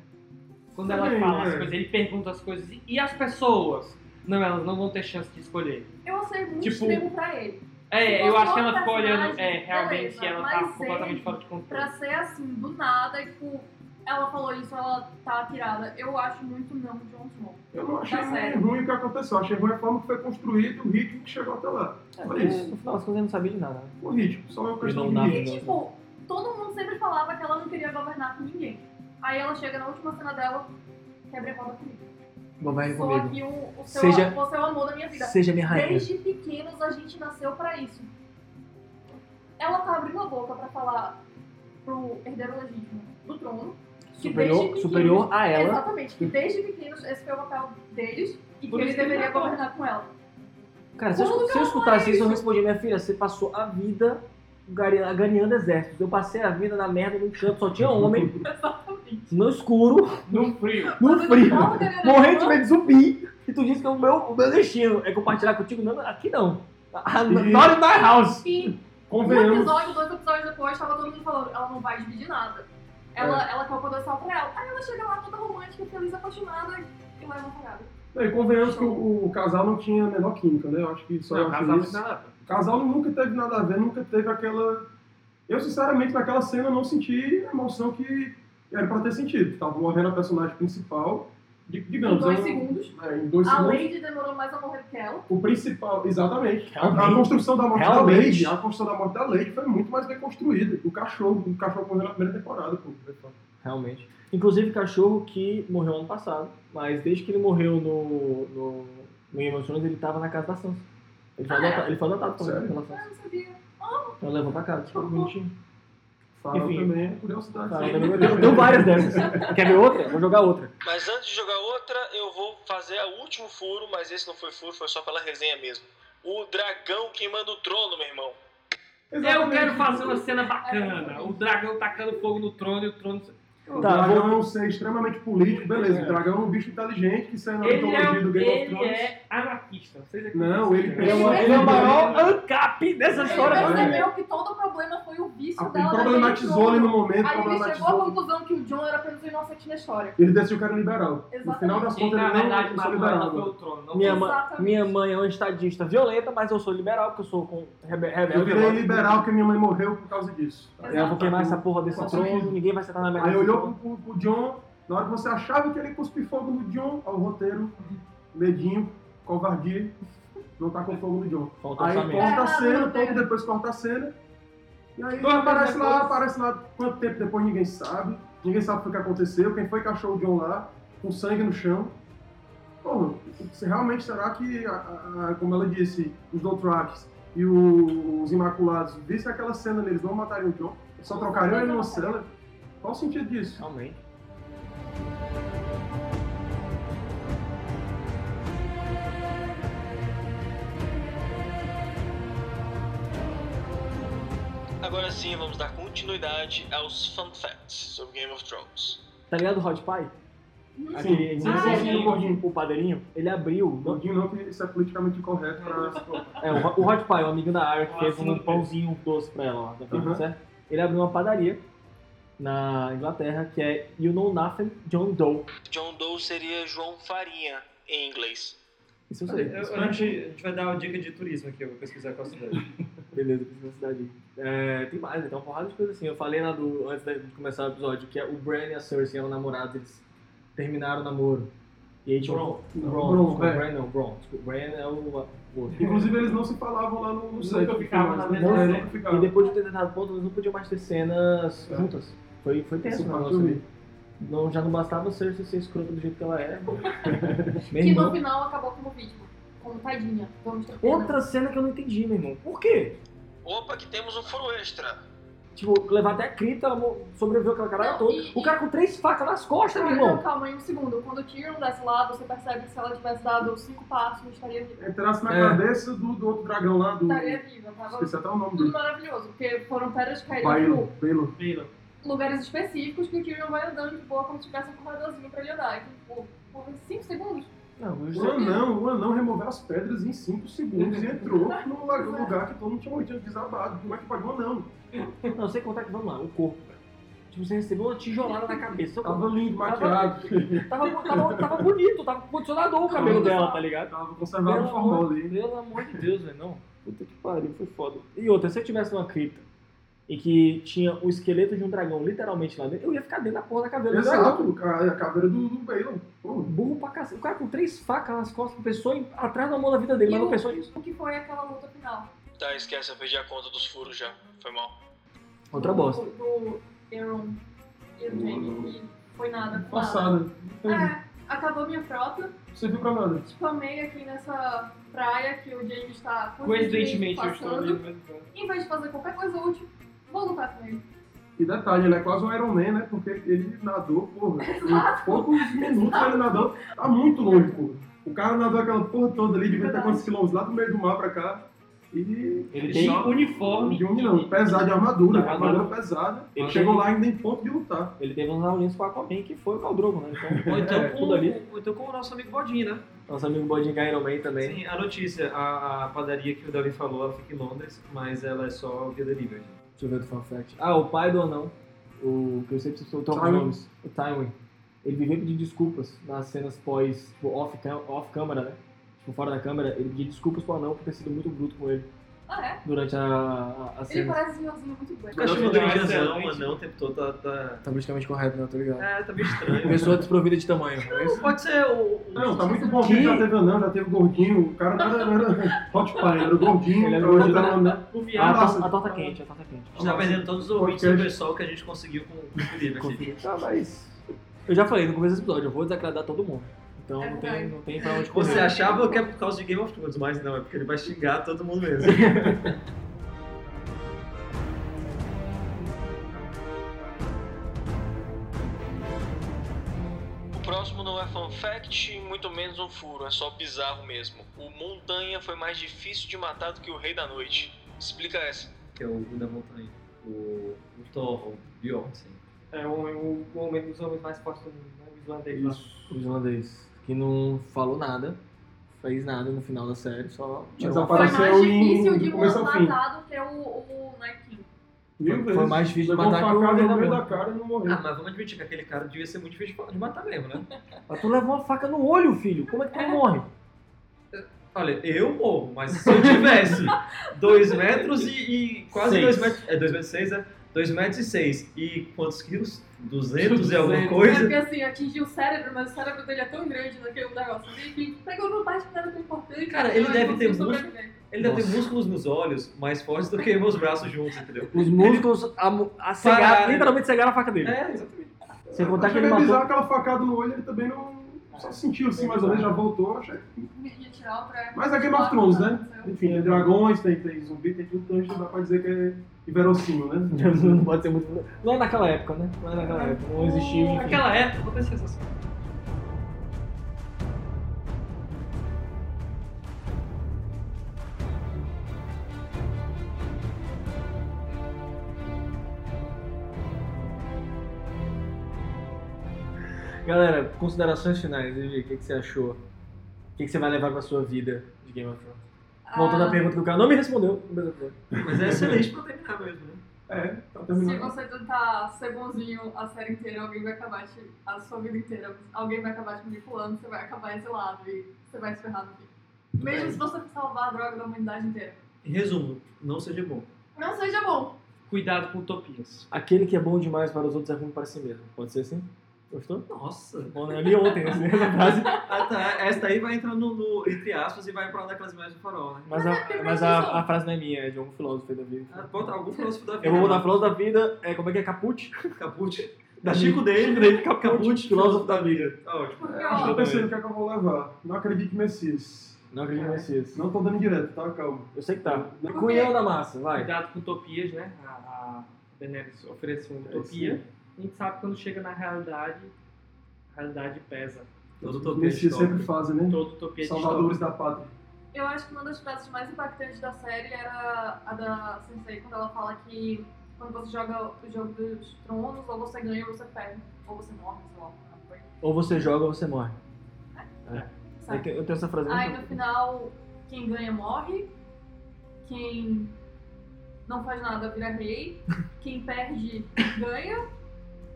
Speaker 2: Quando ela
Speaker 3: Também,
Speaker 2: fala as
Speaker 3: é.
Speaker 2: coisas, ele pergunta as coisas e- e as pessoas? Não, elas não vão ter chance de escolher.
Speaker 4: Eu achei muito
Speaker 2: Tipo,
Speaker 4: extremo pra ele.
Speaker 2: É,
Speaker 4: Se
Speaker 2: eu
Speaker 4: fosse
Speaker 2: acho que
Speaker 4: outro
Speaker 2: ela ficou
Speaker 4: personagem,
Speaker 2: olhando. É, realmente
Speaker 4: beleza,
Speaker 2: ela tá
Speaker 4: mas é
Speaker 2: completamente
Speaker 4: ele-
Speaker 2: fora de controle.
Speaker 4: Pra ser assim, do nada, e, tipo, ela falou isso, ela tá atirada. Eu acho muito não Jon Snow.
Speaker 3: Eu não achei
Speaker 4: Tá certo.
Speaker 3: ruim o que aconteceu, achei ruim a forma que foi construída e o ritmo que chegou até lá.
Speaker 2: É,
Speaker 3: Foi isso,
Speaker 1: tipo, No final, as coisas não sabia de nada.
Speaker 3: o ritmo, só uma questão de
Speaker 1: não dá.
Speaker 3: ritmo.
Speaker 4: E tipo, todo mundo sempre falava que ela não queria governar com ninguém. Aí ela chega na última cena dela, quebra a roda comigo.
Speaker 1: Governa
Speaker 4: Só
Speaker 1: comigo.
Speaker 4: que o, o, seu,
Speaker 1: Seja-
Speaker 4: você é o amor da minha vida.
Speaker 1: Seja minha rainha.
Speaker 4: Desde pequenos a gente nasceu pra isso. Ela tá abrindo a boca pra falar pro herdeiro legítimo do trono. que desde
Speaker 1: Superior,
Speaker 4: pequenos-
Speaker 1: superior a ela.
Speaker 4: Exatamente, que desde pequenos esse foi o papel deles e
Speaker 2: Por
Speaker 4: que ele
Speaker 2: isso que ele tá
Speaker 4: deveria
Speaker 2: matou.
Speaker 4: governar com
Speaker 1: Tá
Speaker 4: ela.
Speaker 1: Cara, se eu,
Speaker 4: Como que
Speaker 1: se eu
Speaker 4: ela
Speaker 1: escutasse
Speaker 4: faz
Speaker 1: isso, eu respondia, minha filha, você passou a vida gare- galinhando exércitos. Eu passei a vida na merda num canto, só tinha homem, no escuro,
Speaker 2: No frio.
Speaker 1: no frio,
Speaker 4: Ela queria
Speaker 1: morrendo de
Speaker 4: governar
Speaker 1: medo de zumbi. E tu disse que o meu, o meu destino é compartilhar contigo. Não, aqui não. Ah, Not in my house.
Speaker 4: E um
Speaker 3: Convenhamos.
Speaker 4: episódio, dois episódios depois, tava todo mundo falando, ela não vai dividir nada.
Speaker 1: É.
Speaker 4: Ela, ela calcou dois sal pra ela. Aí ela chega lá toda romântica, feliz, apaixonada e leva uma nada.
Speaker 3: Não, E é, convenhamos que o, o casal não tinha a menor química, né? Eu acho que só
Speaker 2: Não,
Speaker 3: eu
Speaker 2: casal
Speaker 3: acho
Speaker 2: não
Speaker 3: isso.
Speaker 2: tem nada.
Speaker 3: O casal nunca teve nada a ver, nunca teve aquela. Eu, sinceramente, naquela cena não senti a emoção que era pra ter sentido. Tava morrendo a personagem principal, di- digamos.
Speaker 4: Em dois
Speaker 3: eu-
Speaker 4: segundos.
Speaker 3: É, em dois
Speaker 4: A
Speaker 3: segundos.
Speaker 4: Lady demorou mais a morrer do que ela.
Speaker 3: O principal, exatamente. A,
Speaker 1: Realmente.
Speaker 3: a construção da morte
Speaker 1: Realmente.
Speaker 3: da Lady, a construção da morte da Lady foi muito mais bem construída. O cachorro, o cachorro morreu na primeira temporada, pô.
Speaker 1: Realmente. Inclusive cachorro que morreu ano passado, mas desde que ele morreu no, no, no Game of Thrones, ele tava na casa da Sansa. Ele foi
Speaker 4: Ah, é?
Speaker 1: adotado, ele foi adotado também
Speaker 3: Sério?
Speaker 1: pela
Speaker 4: Ah,
Speaker 1: Sansa.
Speaker 4: eu não sabia.
Speaker 1: Ela levou pra casa, tipo, bonitinho.
Speaker 3: Farol
Speaker 1: Enfim.
Speaker 3: também é curiosidade.
Speaker 1: Cara, eu- eu- Deu várias dessas. Quer ver outra? Vou jogar outra.
Speaker 7: Mas antes de jogar outra, eu vou fazer o último furo, mas esse não foi furo, foi só pela resenha mesmo. O dragão queimando o trono, meu irmão.
Speaker 2: Eu quero
Speaker 3: Exatamente.
Speaker 2: fazer uma cena bacana. O dragão tacando fogo no trono e o trono.
Speaker 3: O
Speaker 1: Tá,
Speaker 3: dragão
Speaker 1: vamos-
Speaker 3: é um ser extremamente político, beleza. O dragão é um bicho inteligente que sai na
Speaker 2: Ele
Speaker 3: mitologia
Speaker 2: é,
Speaker 3: do Game of
Speaker 2: ele
Speaker 3: Thrones. Ah,
Speaker 2: é anarquista. Vocês aqui
Speaker 3: Não,
Speaker 2: conhecem,
Speaker 3: ele-
Speaker 2: né?
Speaker 1: Ele é, o- ele é o maior ANCAP dessa
Speaker 4: Ele
Speaker 1: história. mano.
Speaker 4: percebeu que todo o problema foi o vício
Speaker 3: Ele
Speaker 4: dela. da
Speaker 3: Ah, problematizou ele no momento,
Speaker 4: Aí ele chegou à
Speaker 3: problematizou.
Speaker 4: conclusão que o John era apenas um inocente na história.
Speaker 3: Ele decidiu que era liberal. No
Speaker 4: Exatamente.
Speaker 3: final das
Speaker 2: Quem
Speaker 3: contas,
Speaker 2: tá na
Speaker 3: ele não
Speaker 2: verdade
Speaker 3: eu sou
Speaker 2: matou
Speaker 3: liberal.
Speaker 2: ela foi
Speaker 3: agora.
Speaker 2: o trono. Não
Speaker 1: Minha,
Speaker 2: foi-
Speaker 1: ma
Speaker 4: Exatamente.
Speaker 1: minha mãe é uma estadista violenta, mas eu sou liberal porque eu sou com rebe
Speaker 3: Eu
Speaker 1: rebelde.
Speaker 3: virei é liberal porque minha mãe morreu por causa disso.
Speaker 4: Exato.
Speaker 1: Eu vou queimar essa porra desse
Speaker 3: Exatamente.
Speaker 1: trono, ninguém vai sentar na minha
Speaker 3: Aí
Speaker 4: então-
Speaker 3: olhou pro, pro, pro John, na hora que você achava que ele ia cuspir fogo no John, ao roteiro, medinho, covardia, não tá com fogo no John.
Speaker 1: Faltou
Speaker 3: Aí
Speaker 1: orçamento.
Speaker 3: corta a
Speaker 4: É,
Speaker 3: cena,
Speaker 4: não tem. é
Speaker 3: pouco depois corta a cena. E aí
Speaker 2: Dois
Speaker 3: aparece
Speaker 2: meses
Speaker 3: lá,
Speaker 2: depois.
Speaker 3: aparece lá quanto tempo depois ninguém sabe. Ninguém sabe o que aconteceu, quem foi que achou o John lá, com sangue no chão. Porra, se realmente será que, a- a- a- como ela disse, os Dothrakis e o- os Imaculados vissem aquela cena neles, não matariam o John? Só trocariam ele numa cela? Qual o sentido disso?
Speaker 1: Realmente.
Speaker 7: Agora sim, vamos dar continuidade aos fun facts sobre Game of Thrones.
Speaker 1: Tá ligado o Hot Pie?
Speaker 4: Hum.
Speaker 1: Aquele
Speaker 3: sim, Ah,
Speaker 1: o
Speaker 2: sim,
Speaker 1: gordinho,
Speaker 2: sim.
Speaker 1: o gordinho, o padeirinho, ele abriu. não-
Speaker 3: Gordinho não, que isso é politicamente incorreto pra...
Speaker 1: é, o, o Hot Pie, o amigo da Arya que
Speaker 2: Ah,
Speaker 1: fez
Speaker 2: sim,
Speaker 1: um
Speaker 2: sim.
Speaker 1: pãozinho doce pra ela, lá, da vida,
Speaker 3: Uhum.
Speaker 1: certo? Ele abriu uma padaria na Inglaterra que é You Know Nothing John Doe.
Speaker 7: John Doe seria João Farinha em inglês.
Speaker 1: Isso eu
Speaker 5: Eu-
Speaker 1: sei.
Speaker 5: eu- a, gente, a gente vai dar uma dica de turismo aqui, eu vou pesquisar qual cidade.
Speaker 1: Beleza, precisa cidade. É, tem mais, né? tem uma porrada de coisa assim. Eu falei na do, antes de começar o episódio que é o Bran e a Cersei eram namorados, eles terminaram o namoro. E aí tinha o
Speaker 3: Não,
Speaker 1: Bron,
Speaker 3: Bron,
Speaker 1: desculpa,
Speaker 3: é.
Speaker 1: Bran não, Bron. Desculpa, Bran é o, o outro.
Speaker 3: Inclusive eles não se falavam lá no, no set.
Speaker 2: ficavam na
Speaker 3: Não,
Speaker 2: mesma
Speaker 3: eles
Speaker 2: cena.
Speaker 3: não
Speaker 1: E
Speaker 3: ficavam.
Speaker 1: depois de ter tentado ponto, eles não podiam mais ter cenas
Speaker 3: É.
Speaker 1: juntas. Foi, foi tenso
Speaker 3: Isso
Speaker 1: o
Speaker 3: parte
Speaker 1: negócio
Speaker 3: eu vi.
Speaker 1: ali. Não, já não bastava ser ser escrota do jeito que ela é. assim, meu
Speaker 4: Que no
Speaker 1: irmão.
Speaker 4: final acabou como vítima. Como tadinha. Vamos ter pena.
Speaker 1: Outra cena que eu não entendi, meu irmão. Por quê?
Speaker 7: Opa, que temos um furo extra.
Speaker 1: Tipo, levar até a cripta, ela mo- sobreviveu aquela caralho
Speaker 4: Não,
Speaker 1: toda.
Speaker 4: e-
Speaker 1: O cara com três facas nas costas, meu
Speaker 4: Calma,
Speaker 1: irmão.
Speaker 4: não, calma aí um segundo. Quando o Tyrion desce lá, você percebe que se ela tivesse dado cinco passos, estaria viva.
Speaker 3: entrasse na
Speaker 1: É.
Speaker 3: cabeça do, do outro dragão lá, do.
Speaker 4: Estaria viva. Tava
Speaker 3: Esqueci até o nome
Speaker 4: tudo
Speaker 3: dele.
Speaker 4: maravilhoso. Porque foram pedras que caíram
Speaker 3: Bailo, Bailo.
Speaker 2: Vila.
Speaker 3: um.
Speaker 4: em lugares específicos que o Tyrion vai andando de boa como se tivesse um corredorzinho pra ele andar. Então, tipo, por 5 segundos.
Speaker 1: Não, mas
Speaker 3: O anão, o anão removeu as pedras em 5 segundos e entrou no la- no lugar que todo mundo tinha morrido desabado. Como é que pode um anão?
Speaker 1: eu não sei quanto é que vamos lá, o corpo, velho. Tipo, você recebeu uma tijolada na cabeça. seu
Speaker 3: Tava
Speaker 1: corpo.
Speaker 3: lindo,
Speaker 1: Tava-
Speaker 3: maquiado,
Speaker 1: Tava, tava, tava bonito, tava com condicionador o cabelo
Speaker 3: Tava-
Speaker 1: dela, tá ligado?
Speaker 3: tava conservado formal
Speaker 1: amor,
Speaker 3: ali.
Speaker 1: pelo amor de Deus, velho, não. Puta que pariu, foi foda. E outra, se eu tivesse uma cripta e que tinha o esqueleto de um dragão literalmente lá dentro, eu ia ficar dentro da porra da caveira é do dragão.
Speaker 3: Exato, a a caveira do, do Bailo. Pô,
Speaker 1: Burro pra cacete. O cara com três facas nas costas pensou em, atrás do amor da vida dele, mas
Speaker 4: E
Speaker 1: não
Speaker 4: o-
Speaker 1: pensou nisso.
Speaker 4: O que foi aquela luta final?
Speaker 7: Tá, esquece, eu perdi a conta dos furos já. Foi mal.
Speaker 1: Outra bosta.
Speaker 4: Do, do Euron e o Jaime. E foi nada. foi nada.
Speaker 3: Passada.
Speaker 4: É, acabou minha frota.
Speaker 3: Você viu pra nada.
Speaker 4: Spamei aqui nessa praia que o James está
Speaker 2: Coincidentemente, eu estou
Speaker 4: passando.
Speaker 2: lembrando.
Speaker 4: Em vez de fazer qualquer coisa útil, vou lutar com ele.
Speaker 3: E detalhe, ele é quase um Iron Man, né? Porque ele nadou, porra. Em poucos minutos ele nadou. Tá muito longe, porra. O cara nadou aquela porra toda ali, devia ter quantos quilômetros lá do meio do mar pra cá. E
Speaker 2: Ele
Speaker 1: tem-
Speaker 2: tem uniforme.
Speaker 3: De um não, pesado de armadura,
Speaker 1: De armadura.
Speaker 3: armadura pesada.
Speaker 1: Ele
Speaker 3: Chegou
Speaker 1: tem-
Speaker 3: lá ainda em ponto de lutar.
Speaker 1: Ele teve umas aulinhas com a Aquaman, que foi o Caldrogo, né? Então,
Speaker 5: Ou então,
Speaker 1: é,
Speaker 5: com,
Speaker 1: tudo ali.
Speaker 5: ou então com o nosso amigo Bodinho, né?
Speaker 1: Nosso amigo Bodinho Iron Man também.
Speaker 5: Sim, a notícia, a, a padaria que o Davi falou, ela fica em Londres, mas ela é só via delivery.
Speaker 1: Deixa eu ver outro fun fact. Ah, o pai do anão, o que eu sempre preciso trocar os
Speaker 3: Tywin.
Speaker 1: nomes, o Tywin. Ele vivia pedindo desculpas nas cenas pós, tipo, off, cam- off câmera, né? Tipo, fora da câmera, ele pedia desculpas pro anão por ter sido muito bruto com ele
Speaker 4: Ah, é?
Speaker 1: durante a, a, a
Speaker 4: Ele
Speaker 1: cena.
Speaker 4: parece um senhorzinho muito bom.
Speaker 5: Eu acho que
Speaker 2: não
Speaker 5: não
Speaker 2: tem
Speaker 5: tem razão,
Speaker 2: excelente.
Speaker 5: mas não, o tempo todo tá... tá...
Speaker 1: Tá politicamente correto, né? Tô ligado.
Speaker 5: É, tá meio estranho.
Speaker 1: Pessoa desprovida de tamanho, não é isso?
Speaker 5: Pode ser o... o-
Speaker 3: Não, tá muito bom. porque Já teve anão, já teve gordinho. O cara não era, não era hot pie, era gordinho.
Speaker 1: Ele era
Speaker 3: o outro
Speaker 1: gordinho. né?
Speaker 3: era anão.
Speaker 5: o
Speaker 1: A,
Speaker 5: viado.
Speaker 3: Ah,
Speaker 1: torta,
Speaker 3: nossa.
Speaker 1: a torta quente, a torta quente.
Speaker 5: A gente tá perdendo todos os ouvintes do
Speaker 3: Podcast.
Speaker 5: pessoal que a gente conseguiu com com o Felipe aqui.
Speaker 1: Ah, mas... Eu já falei no começo do episódio, eu vou desagradar todo mundo. Então
Speaker 4: É
Speaker 1: não, tem,
Speaker 4: verdade.
Speaker 1: não tem pra onde correr.
Speaker 5: Você achava que é por causa de Game of Thrones, mas não, é porque ele vai xingar todo mundo mesmo.
Speaker 7: O próximo não é fun fact, e muito menos um furo, é só bizarro mesmo. O Montanha foi mais difícil de matar do que o Rei da Noite. Explica essa.
Speaker 5: que é o da montanha, o, o Thor, o Bjorn, assim.
Speaker 2: É o homem, o, o homem dos homens mais fortes do mundo, né? O islandês lá.
Speaker 1: Isso, o islandês. Que não falou nada, fez nada no final da série, só tirou uma
Speaker 3: Mas
Speaker 4: Foi
Speaker 1: foto.
Speaker 3: apareceu
Speaker 4: mais difícil
Speaker 3: em-
Speaker 4: de
Speaker 3: começo ao fim.
Speaker 4: matar do que o, o Night King.
Speaker 3: Mil
Speaker 1: Foi- foi
Speaker 3: vezes.
Speaker 1: mais difícil de
Speaker 3: Levou
Speaker 1: matar que o
Speaker 3: facada no meio
Speaker 1: Renan
Speaker 3: da cara e não morreu.
Speaker 5: Ah, mas vamos admitir que aquele cara devia ser muito difícil de matar mesmo, né?
Speaker 1: Mas tu levou uma faca no olho, filho. Como é que tu não morre?
Speaker 5: Olha, eu morro, mas se eu tivesse 2 metros e, e quase
Speaker 1: Seis.
Speaker 5: 2 metros. É 2 metros e 6, é? 2 metros e 6. E quantos quilos? 200 e
Speaker 1: 200.
Speaker 5: alguma
Speaker 4: É porque
Speaker 5: coisa?
Speaker 4: assim, atingiu o cérebro, mas o cérebro dele é tão grande naquele negócio ali que pegou no parte que era tão importante.
Speaker 5: Cara, ele
Speaker 4: então
Speaker 5: deve ter
Speaker 4: conseguiu
Speaker 5: muito-
Speaker 4: sobreviver.
Speaker 5: Ele deve ter
Speaker 1: Nossa.
Speaker 5: músculos nos olhos mais fortes do que meus braços juntos, entendeu?
Speaker 1: Os músculos a, a cegaram-
Speaker 5: Pararam.
Speaker 1: literalmente cegaram a faca dele.
Speaker 5: É, exatamente.
Speaker 1: Sem contar que
Speaker 3: Achei
Speaker 4: é
Speaker 1: ele
Speaker 3: meio bizarro
Speaker 1: matou.
Speaker 3: aquela facada no olho, ele também não. Só sentiu assim, mais ou menos, já voltou. achei-
Speaker 4: Ia tirar outra-
Speaker 3: Mas é Game of Thrones, né?
Speaker 4: Então,
Speaker 3: Enfim, tem dragões, tem, tem zumbi, tem tudo, então a gente dá pra dizer que é inverossímil, né?
Speaker 1: Não pode ser muito. Não é naquela época, né? Não é naquela época. Não existia. enfim.
Speaker 5: Naquela época, aconteceu essa
Speaker 1: Galera, considerações finais, Vivi, o que, que você achou? O que, que você vai levar pra sua vida de Game of Thrones? Voltando à
Speaker 4: ah,
Speaker 1: pergunta que o cara não me respondeu. no mesmo episódio.
Speaker 5: Mas é excelente pra terminar mesmo, né?
Speaker 3: É, tá
Speaker 4: Se
Speaker 3: terminando.
Speaker 4: você tentar ser bonzinho a série inteira, alguém vai acabar te. a sua vida inteira, alguém vai acabar te manipulando, você vai acabar exilado e você vai se ferrar no fim. Mesmo se você salvar a droga da humanidade inteira.
Speaker 5: Em resumo, não seja bom.
Speaker 4: Não seja bom.
Speaker 2: Cuidado com utopias.
Speaker 1: Aquele que é bom demais para os outros é ruim para si mesmo. Pode ser assim? Gostou?
Speaker 5: Nossa.
Speaker 1: Bom, né? Eu li ontem essa essa frase.
Speaker 5: Ah, tá. Essa daí vai entrar no, no- entre aspas e vai pra lá daquelas imagens do farol, né?
Speaker 1: Mas, a, mas a, a frase não é minha, é de algum filósofo aí da vida.
Speaker 5: Ah, Bota algum filósofo da vida.
Speaker 1: Eu vou mudar
Speaker 5: lá.
Speaker 1: filósofo da vida, é, como é que é? Caput?
Speaker 5: Caput.
Speaker 1: Da
Speaker 5: Chico
Speaker 1: Dave,
Speaker 5: David,
Speaker 1: Caput,
Speaker 5: Caput, filósofo da vida. Tá ótimo.
Speaker 4: Porque,
Speaker 3: Acho que
Speaker 4: ó,
Speaker 3: eu pensei no que é que eu vou levar. Não acredito em Messias.
Speaker 1: Não acredito em vocês.
Speaker 3: Não tô dando direto, tá? Calma.
Speaker 1: Eu sei que tá.
Speaker 3: Não.
Speaker 1: Cunhão da massa, vai.
Speaker 2: Cuidado com utopias, né? A, a Daenerys ofereceu uma
Speaker 3: É,
Speaker 2: utopia. A gente sabe que quando chega na realidade, a realidade pesa.
Speaker 5: Todo topia
Speaker 3: Messias sempre
Speaker 5: histórico.
Speaker 3: fazem, né?
Speaker 2: Toda utopia é
Speaker 3: Salvadores
Speaker 2: distópica.
Speaker 3: da pátria.
Speaker 4: eu acho que uma das frases mais impactantes da série era a da Sensei, quando ela fala que quando você joga o jogo dos tronos, ou você ganha ou você perde. Ou você morre, sei lá. alguma coisa.
Speaker 1: Ou você joga ou você morre. Eu
Speaker 4: Sabe?
Speaker 1: tenho, eu tenho essa frase.
Speaker 4: Aí no final, quem ganha morre, quem não faz nada vira rei, quem perde ganha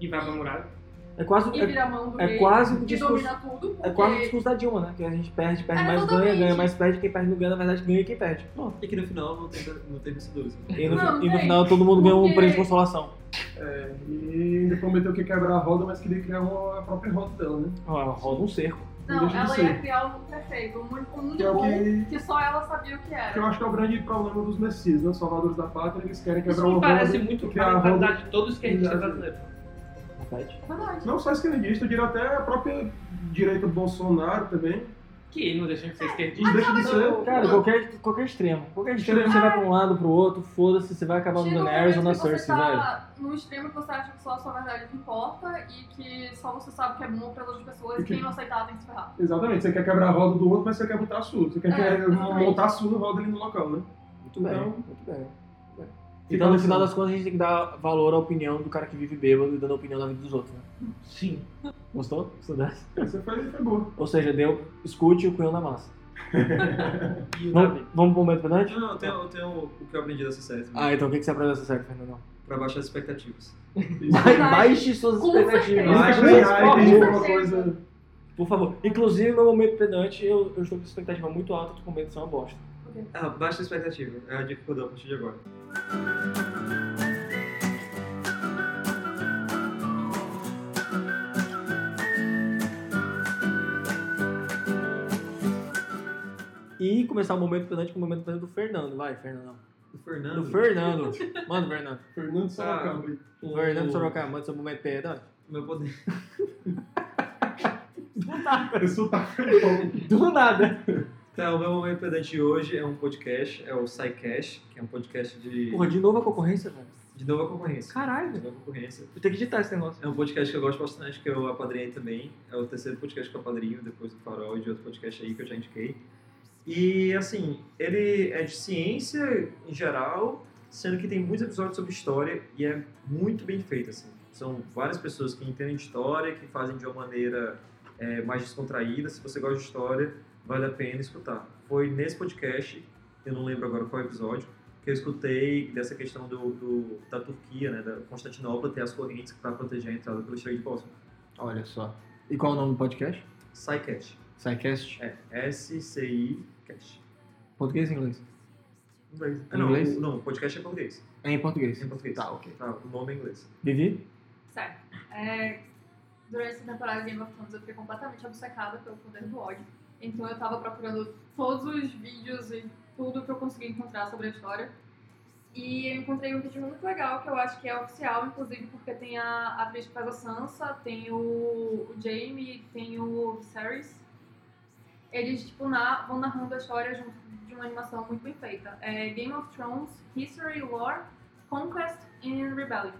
Speaker 2: E vai pra muralha.
Speaker 1: É quase,
Speaker 4: e
Speaker 1: é,
Speaker 4: vira a mão do
Speaker 1: é
Speaker 4: rei
Speaker 1: quase um
Speaker 4: que
Speaker 1: discurso-
Speaker 4: domina tudo, porque
Speaker 1: é quase o discurso da Dilma, né? Que a gente perde, perde
Speaker 4: É,
Speaker 1: mais, ganha,
Speaker 4: exatamente.
Speaker 1: ganha mais, perde. Quem perde não ganha, na verdade ganha quem perde. Pronto.
Speaker 5: E que no final não tem, não tem vencedores.
Speaker 1: E no,
Speaker 4: Não,
Speaker 1: e no
Speaker 4: tem.
Speaker 1: final todo mundo ganha um
Speaker 4: Porque-
Speaker 1: prêmio de consolação.
Speaker 3: E ainda prometeu que ia quebrar a roda, mas queria criar uma, a própria roda dela, né?
Speaker 1: Ah, roda um cerco.
Speaker 4: não,
Speaker 3: deixa de
Speaker 4: ela
Speaker 3: ser.
Speaker 4: ia criar um perfeito, um mundo, um
Speaker 3: Que é
Speaker 4: mundo
Speaker 3: o
Speaker 4: bom
Speaker 3: que,
Speaker 4: que só ela sabia o que
Speaker 3: que eu
Speaker 4: era.
Speaker 3: acho que é o grande problema dos Messias, né? Os Salvadores da pátria, eles querem quebrar
Speaker 2: Isso
Speaker 3: uma
Speaker 2: me
Speaker 3: roda.
Speaker 2: parece muito
Speaker 3: criar
Speaker 2: claro
Speaker 3: a
Speaker 2: na
Speaker 3: roda.
Speaker 2: verdade de todos os que a gente tá
Speaker 3: Verdade.
Speaker 2: brasileiro.
Speaker 1: Repete.
Speaker 4: Verdade.
Speaker 3: Não só esquerdista, eu diria até a própria direita do Bolsonaro também.
Speaker 2: Que ele não deixa de ser
Speaker 3: Não
Speaker 2: esquerdista.
Speaker 3: deixa de ser.
Speaker 1: é- Cara, qualquer, qualquer extremo. Qualquer extremo
Speaker 3: Extremo.
Speaker 1: você vai pra um lado, pro outro, foda-se, você vai acabar no
Speaker 4: Tipo, ah. Chega um
Speaker 1: Daenerys ou na
Speaker 4: momento que
Speaker 1: Cersei,
Speaker 4: você
Speaker 1: velho.
Speaker 4: tá num extremo que você acha que só a sua verdade que importa e que só você sabe que é bom para outras pessoas e
Speaker 3: Porque-
Speaker 4: quem não aceitar tem que se ferrar.
Speaker 3: Exatamente, você quer quebrar a roda do outro, mas você quer botar a sua. Você quer,
Speaker 4: É,
Speaker 3: quer
Speaker 4: exatamente.
Speaker 3: montar a sua roda ali no local, né?
Speaker 1: Muito bem,
Speaker 3: Então-
Speaker 1: muito bem. muito bem.
Speaker 3: Fica
Speaker 1: Então, no
Speaker 3: assim.
Speaker 1: final das contas, a gente tem que dar valor à opinião do cara que vive bêbado e dando a opinião da vida dos outros, né?
Speaker 2: Sim.
Speaker 1: Gostou? Gostou dessa?
Speaker 3: Essa foi, foi boa.
Speaker 1: Ou seja, deu, escute o cunhão da massa.
Speaker 2: E o Davi.
Speaker 1: Vamos, vamos pro momento penante?
Speaker 5: Não, não, eu tenho, eu tenho o que eu aprendi dessa série também,
Speaker 1: Ah, então o que que você aprendeu dessa série, Fernandão?
Speaker 5: pra baixar as expectativas.
Speaker 4: Vai,
Speaker 1: Baixe suas
Speaker 4: com
Speaker 1: expectativas.
Speaker 4: certeza.
Speaker 1: Baixe
Speaker 3: Mas
Speaker 1: suas-
Speaker 3: ganhar e tem
Speaker 4: favor.
Speaker 3: alguma coisa.
Speaker 1: Por favor. Inclusive, meu momento pedante, eu, eu estou com expectativa muito alta, tô com medo de ser uma bosta.
Speaker 5: Ah, baixa a expectativa. É a dica que eu dou a partir de agora.
Speaker 1: E começar o momento pedante com o momento pedante do Fernando. Vai, Fernandão.
Speaker 5: O Fernando.
Speaker 1: Do Fernando. Manda, Fernando.
Speaker 3: Fernando Sorocaba.
Speaker 1: Ah.
Speaker 5: o-
Speaker 1: Fernando Sorocaba, manda seu momento é pedante.
Speaker 5: Meu poder.
Speaker 3: Isso tá bom.
Speaker 1: Do nada.
Speaker 5: Tá, o meu momento pedante de hoje é um podcast, é o SciCast, que é um podcast de,
Speaker 1: Porra, de novo a concorrência, velho.
Speaker 5: de nova concorrência.
Speaker 1: Caralho,
Speaker 5: De
Speaker 1: velho.
Speaker 5: nova concorrência.
Speaker 1: Eu tenho que editar esse negócio.
Speaker 5: É um podcast que eu gosto bastante, que eu apadrinhei também. É o terceiro podcast que eu apadrinho, depois do Farol e de outro podcast aí que eu já indiquei. E, assim, ele é de ciência em geral, sendo que tem muitos episódios sobre história e é muito bem feito, assim. São várias pessoas que entendem de história, que fazem de uma maneira é, mais descontraída. Se você gosta de história, vale a pena escutar. Foi nesse podcast, eu não lembro agora qual episódio, que eu escutei dessa questão do, do- da Turquia, né, da Constantinopla ter as correntes para proteger a entrada pelo Estreito de Bósforo.
Speaker 1: Olha só. E qual é o nome do podcast?
Speaker 5: SciCast.
Speaker 1: SciCast?
Speaker 5: É, S-C-I-Cast.
Speaker 1: Português e inglês?
Speaker 5: Inglês. Ah, não,
Speaker 1: Inglês?
Speaker 5: o- não, o podcast é português.
Speaker 1: É em português.
Speaker 5: É em português.
Speaker 1: Tá, ok.
Speaker 5: Tá, o nome é inglês.
Speaker 1: Vivi?
Speaker 4: Certo. É, durante essa temporada de Game of Thrones eu fiquei completamente obcecada pelo poder do ódio. Então eu tava procurando todos os vídeos e tudo que eu consegui encontrar sobre a história. E eu encontrei um vídeo muito legal que eu acho que é oficial, inclusive porque tem a atriz que faz a Sansa, tem o, o Jaime, tem o Viserys. Eles tipo, na, vão narrando a história junto de uma animação muito bem feita. É Game of Thrones, History, War, Conquest and Rebellion.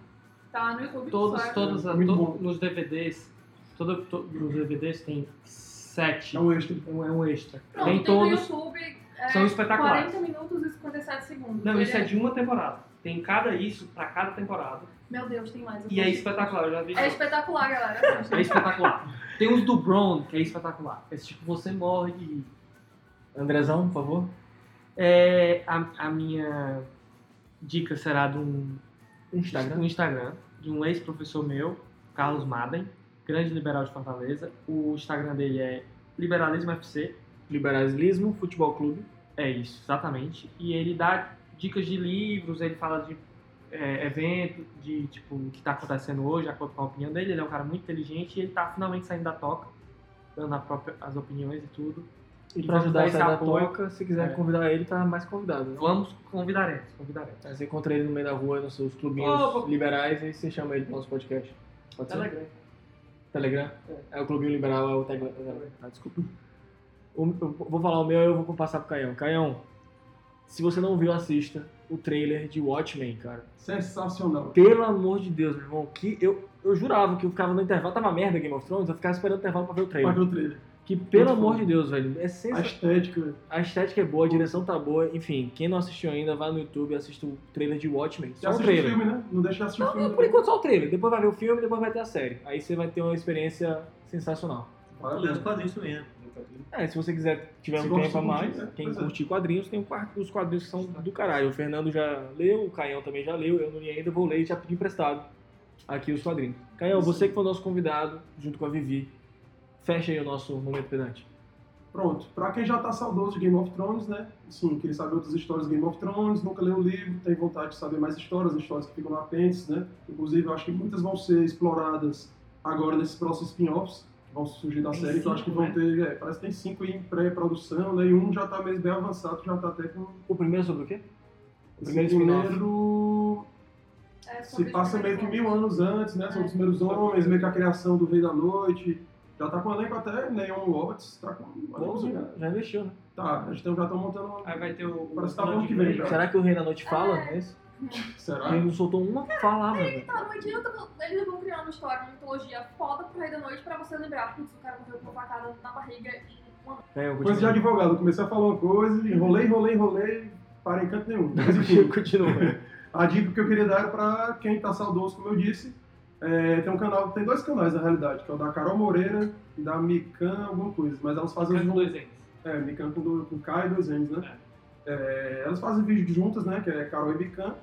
Speaker 4: Tá no YouTube.
Speaker 2: Todos,
Speaker 4: só é-
Speaker 2: todos, a-
Speaker 3: Muito
Speaker 2: to-
Speaker 3: bom.
Speaker 2: nos DVDs, todo, to- nos DVDs tem sete,
Speaker 3: É
Speaker 2: é um,
Speaker 3: um extra.
Speaker 2: é um extra.
Speaker 4: Pronto,
Speaker 2: nem
Speaker 4: tem
Speaker 2: todos,
Speaker 4: no YouTube. É,
Speaker 2: são espetaculares.
Speaker 4: 40 minutos e 57 segundos.
Speaker 2: Não,
Speaker 4: Ele
Speaker 2: isso é de uma temporada. Tem cada isso pra cada temporada.
Speaker 4: Meu Deus, tem mais. eu
Speaker 2: E
Speaker 4: vou-
Speaker 2: é espetacular, eu já vi.
Speaker 4: É espetacular, galera.
Speaker 2: É espetacular. Tem os do Brown, que é espetacular. Esse tipo, você morre de rir.
Speaker 1: Andrezão, por favor.
Speaker 2: É, a, a minha dica será de um
Speaker 1: Instagram.
Speaker 2: um Instagram de um ex-professor meu, Carlos Madden, grande liberal de Fortaleza. O Instagram dele é Liberalismo FC.
Speaker 1: Liberalismo Futebol Clube.
Speaker 2: É isso, exatamente. E ele dá dicas de livros, ele fala de é, evento, de tipo o que tá acontecendo hoje, de acordo com a opinião dele. Ele é um cara muito inteligente e ele tá finalmente saindo da toca, dando a própria- as opiniões e tudo.
Speaker 1: E pra
Speaker 2: vamos
Speaker 1: ajudar
Speaker 2: dar
Speaker 1: essa
Speaker 2: esse
Speaker 1: da
Speaker 2: apoio.
Speaker 1: toca, se quiser
Speaker 2: É.
Speaker 1: convidar ele, tá mais convidado. Né?
Speaker 2: Vamos, convidaremos, convidaremos.
Speaker 1: Aí você encontra ele no meio da rua, nos seus clubinhos
Speaker 2: Ó, vou-
Speaker 1: liberais, aí você chama ele pro nosso podcast. Pode ser?
Speaker 2: Telegram.
Speaker 1: Telegram? É, o clubinho liberal, é o Telegram. Ah, desculpa. O- eu vou falar o meu e eu vou passar pro Caião. Caião, se você não viu, assista o trailer de Watchmen, cara.
Speaker 3: Sensacional.
Speaker 1: Pelo amor de Deus, meu irmão, que eu, eu jurava que eu ficava no intervalo, tava merda Game of Thrones, eu ficava esperando o intervalo pra ver o
Speaker 3: Vai
Speaker 1: trailer.
Speaker 3: ver o trailer.
Speaker 1: Que pelo
Speaker 3: Muito
Speaker 1: amor
Speaker 3: bom.
Speaker 1: de Deus, velho, é
Speaker 3: A
Speaker 1: sensacional.
Speaker 3: estética.
Speaker 1: A estética é boa, a direção tá boa, enfim, quem não assistiu ainda, vai no YouTube e assiste o trailer de Watchmen.
Speaker 3: Já
Speaker 1: Só o
Speaker 3: assistiu o
Speaker 1: trailer.
Speaker 3: filme, né? Não deixa de assistir o filme.
Speaker 1: Não, Ah, por enquanto só o trailer, depois vai ver o filme, depois vai ter a série. Aí você vai ter uma experiência sensacional.
Speaker 5: Vale ler os quadrinhos também, né?
Speaker 1: É, se você quiser, tiver
Speaker 3: Se
Speaker 1: um
Speaker 3: gosta,
Speaker 1: tempo a
Speaker 3: curte,
Speaker 1: mais,
Speaker 3: né?
Speaker 1: quem
Speaker 3: Pois é.
Speaker 1: curtir quadrinhos, tem um quar- os quadrinhos que são do caralho. O Fernando já leu, o Caião também já leu, eu não li ainda, vou ler e já pedi emprestado aqui os quadrinhos. Caião, você que foi o nosso convidado, junto com a Vivi, fecha aí o nosso momento pedante.
Speaker 3: Pronto, pra quem já tá saudoso de Game of Thrones, né? Sim, queria saber outras histórias de Game of Thrones, nunca leu o livro, tem vontade de saber mais histórias, histórias que ficam latentes, né? Inclusive, eu acho que muitas vão ser exploradas agora nesses próximos spin-offs que vão surgir da
Speaker 2: Tem
Speaker 3: série, que eu acho que
Speaker 2: cinco,
Speaker 3: vão
Speaker 2: né?
Speaker 3: ter, é, parece que tem cinco em pré-produção, né? E um já tá meio bem avançado, já tá até com...
Speaker 1: O primeiro sobre o quê? O
Speaker 3: esse
Speaker 1: primeiro spin-off.
Speaker 3: primeiro
Speaker 4: É sobre
Speaker 3: se passa
Speaker 4: os
Speaker 3: meio que
Speaker 4: primeiros
Speaker 3: mil anos antes, né? São os primeiros homens, meio que a criação do Rei da Noite. Já tá com o elenco até, Neon Roberts, tá com um
Speaker 1: Bom,
Speaker 3: elencozinho, né?
Speaker 1: já, já investiu, né? Ah,
Speaker 3: Tá, eles tão- já estão montando uma
Speaker 2: Aí vai ter o.
Speaker 3: Parece que
Speaker 2: o
Speaker 3: tá bom que vem já.
Speaker 1: Será que o Rei da
Speaker 4: É,
Speaker 1: Noite fala? nesse?
Speaker 3: Será?
Speaker 1: Ele não soltou uma palavra, velho.
Speaker 4: Tá, não adianta, eles vão criar uma história, uma mitologia foda pro Rei da Noite pra você lembrar, putz, o cara morreu com uma facada na barriga e uma...
Speaker 1: Caião,
Speaker 3: Coisa de
Speaker 1: continua.
Speaker 3: advogado, comecei a falar uma coisa, enrolei, enrolei, enrolei, parei em canto nenhum. Mas enfim,
Speaker 1: Continua.
Speaker 3: a dica que eu queria dar era pra quem tá saudoso, como eu disse, é, tem um canal, tem dois canais na realidade, que é o da Carol Moreira e da Mikan alguma coisa, mas elas fazem os
Speaker 2: Com dois N's.
Speaker 3: É, Mikan com, do- com K e dois N's, né? É, elas fazem vídeos juntas, né? Que é Carol e Mikan.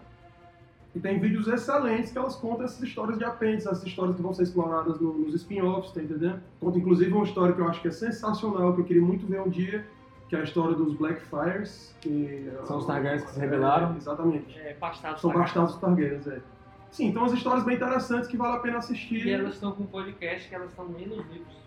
Speaker 3: E tem vídeos excelentes que elas contam essas histórias de apêndices, essas histórias que vão ser exploradas no- nos spin-offs, tá entendendo? Conta inclusive uma história que eu acho que é sensacional, que eu queria muito ver um dia, que é a história dos Blackfires. Que
Speaker 1: São os Targaryens que se rebelaram.
Speaker 3: É, exatamente.
Speaker 2: É, bastardos.
Speaker 3: São
Speaker 2: tá?
Speaker 3: bastados dos Targaryens, é. Sim, então as histórias bem interessantes que vale a pena assistir.
Speaker 2: E elas estão com podcast que elas estão lendo os livros.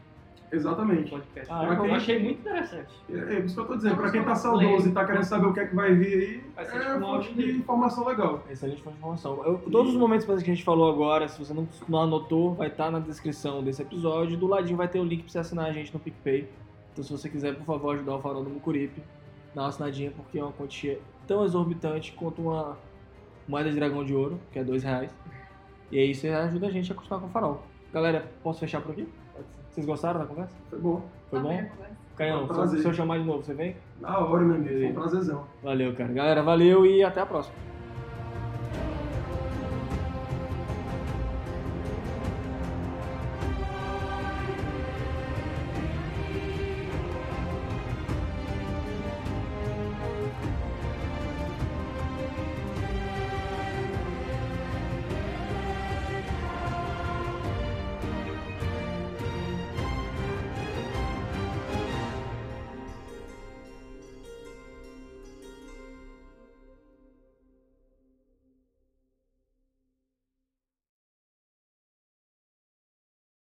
Speaker 3: Exatamente.
Speaker 2: podcast.
Speaker 1: Ah,
Speaker 2: eu
Speaker 3: ok.
Speaker 2: achei muito interessante.
Speaker 3: É, é isso que eu tô dizendo. Pra quem tá saudoso e tá querendo saber o que é que vai vir
Speaker 2: Vai
Speaker 3: aí,
Speaker 2: ser tipo
Speaker 3: é
Speaker 2: um
Speaker 3: uma fonte de
Speaker 2: audiolivro.
Speaker 3: informação legal.
Speaker 1: Excelente fonte de informação. Eu- todos os momentos que a gente falou agora, se você não, não anotou, vai estar na descrição desse episódio. Do ladinho vai ter o link pra você assinar a gente no PicPay. Então, se você quiser, por favor, ajudar o Farol do Mucuripe, dá uma assinadinha, porque é uma quantia tão exorbitante quanto uma moeda de dragão de ouro, que é dois reais. E aí você ajuda a gente a acostumar com o Farol. Galera, posso fechar por aqui? Vocês gostaram da conversa?
Speaker 3: Foi Tá bom.
Speaker 1: Foi bom?
Speaker 4: merda.
Speaker 1: Caião,
Speaker 3: Foi um prazer.
Speaker 1: se eu chamar de novo, você vem?
Speaker 3: Na hora, meu amigo. Foi um prazerzão.
Speaker 1: Valeu, cara. Galera, valeu e até a próxima.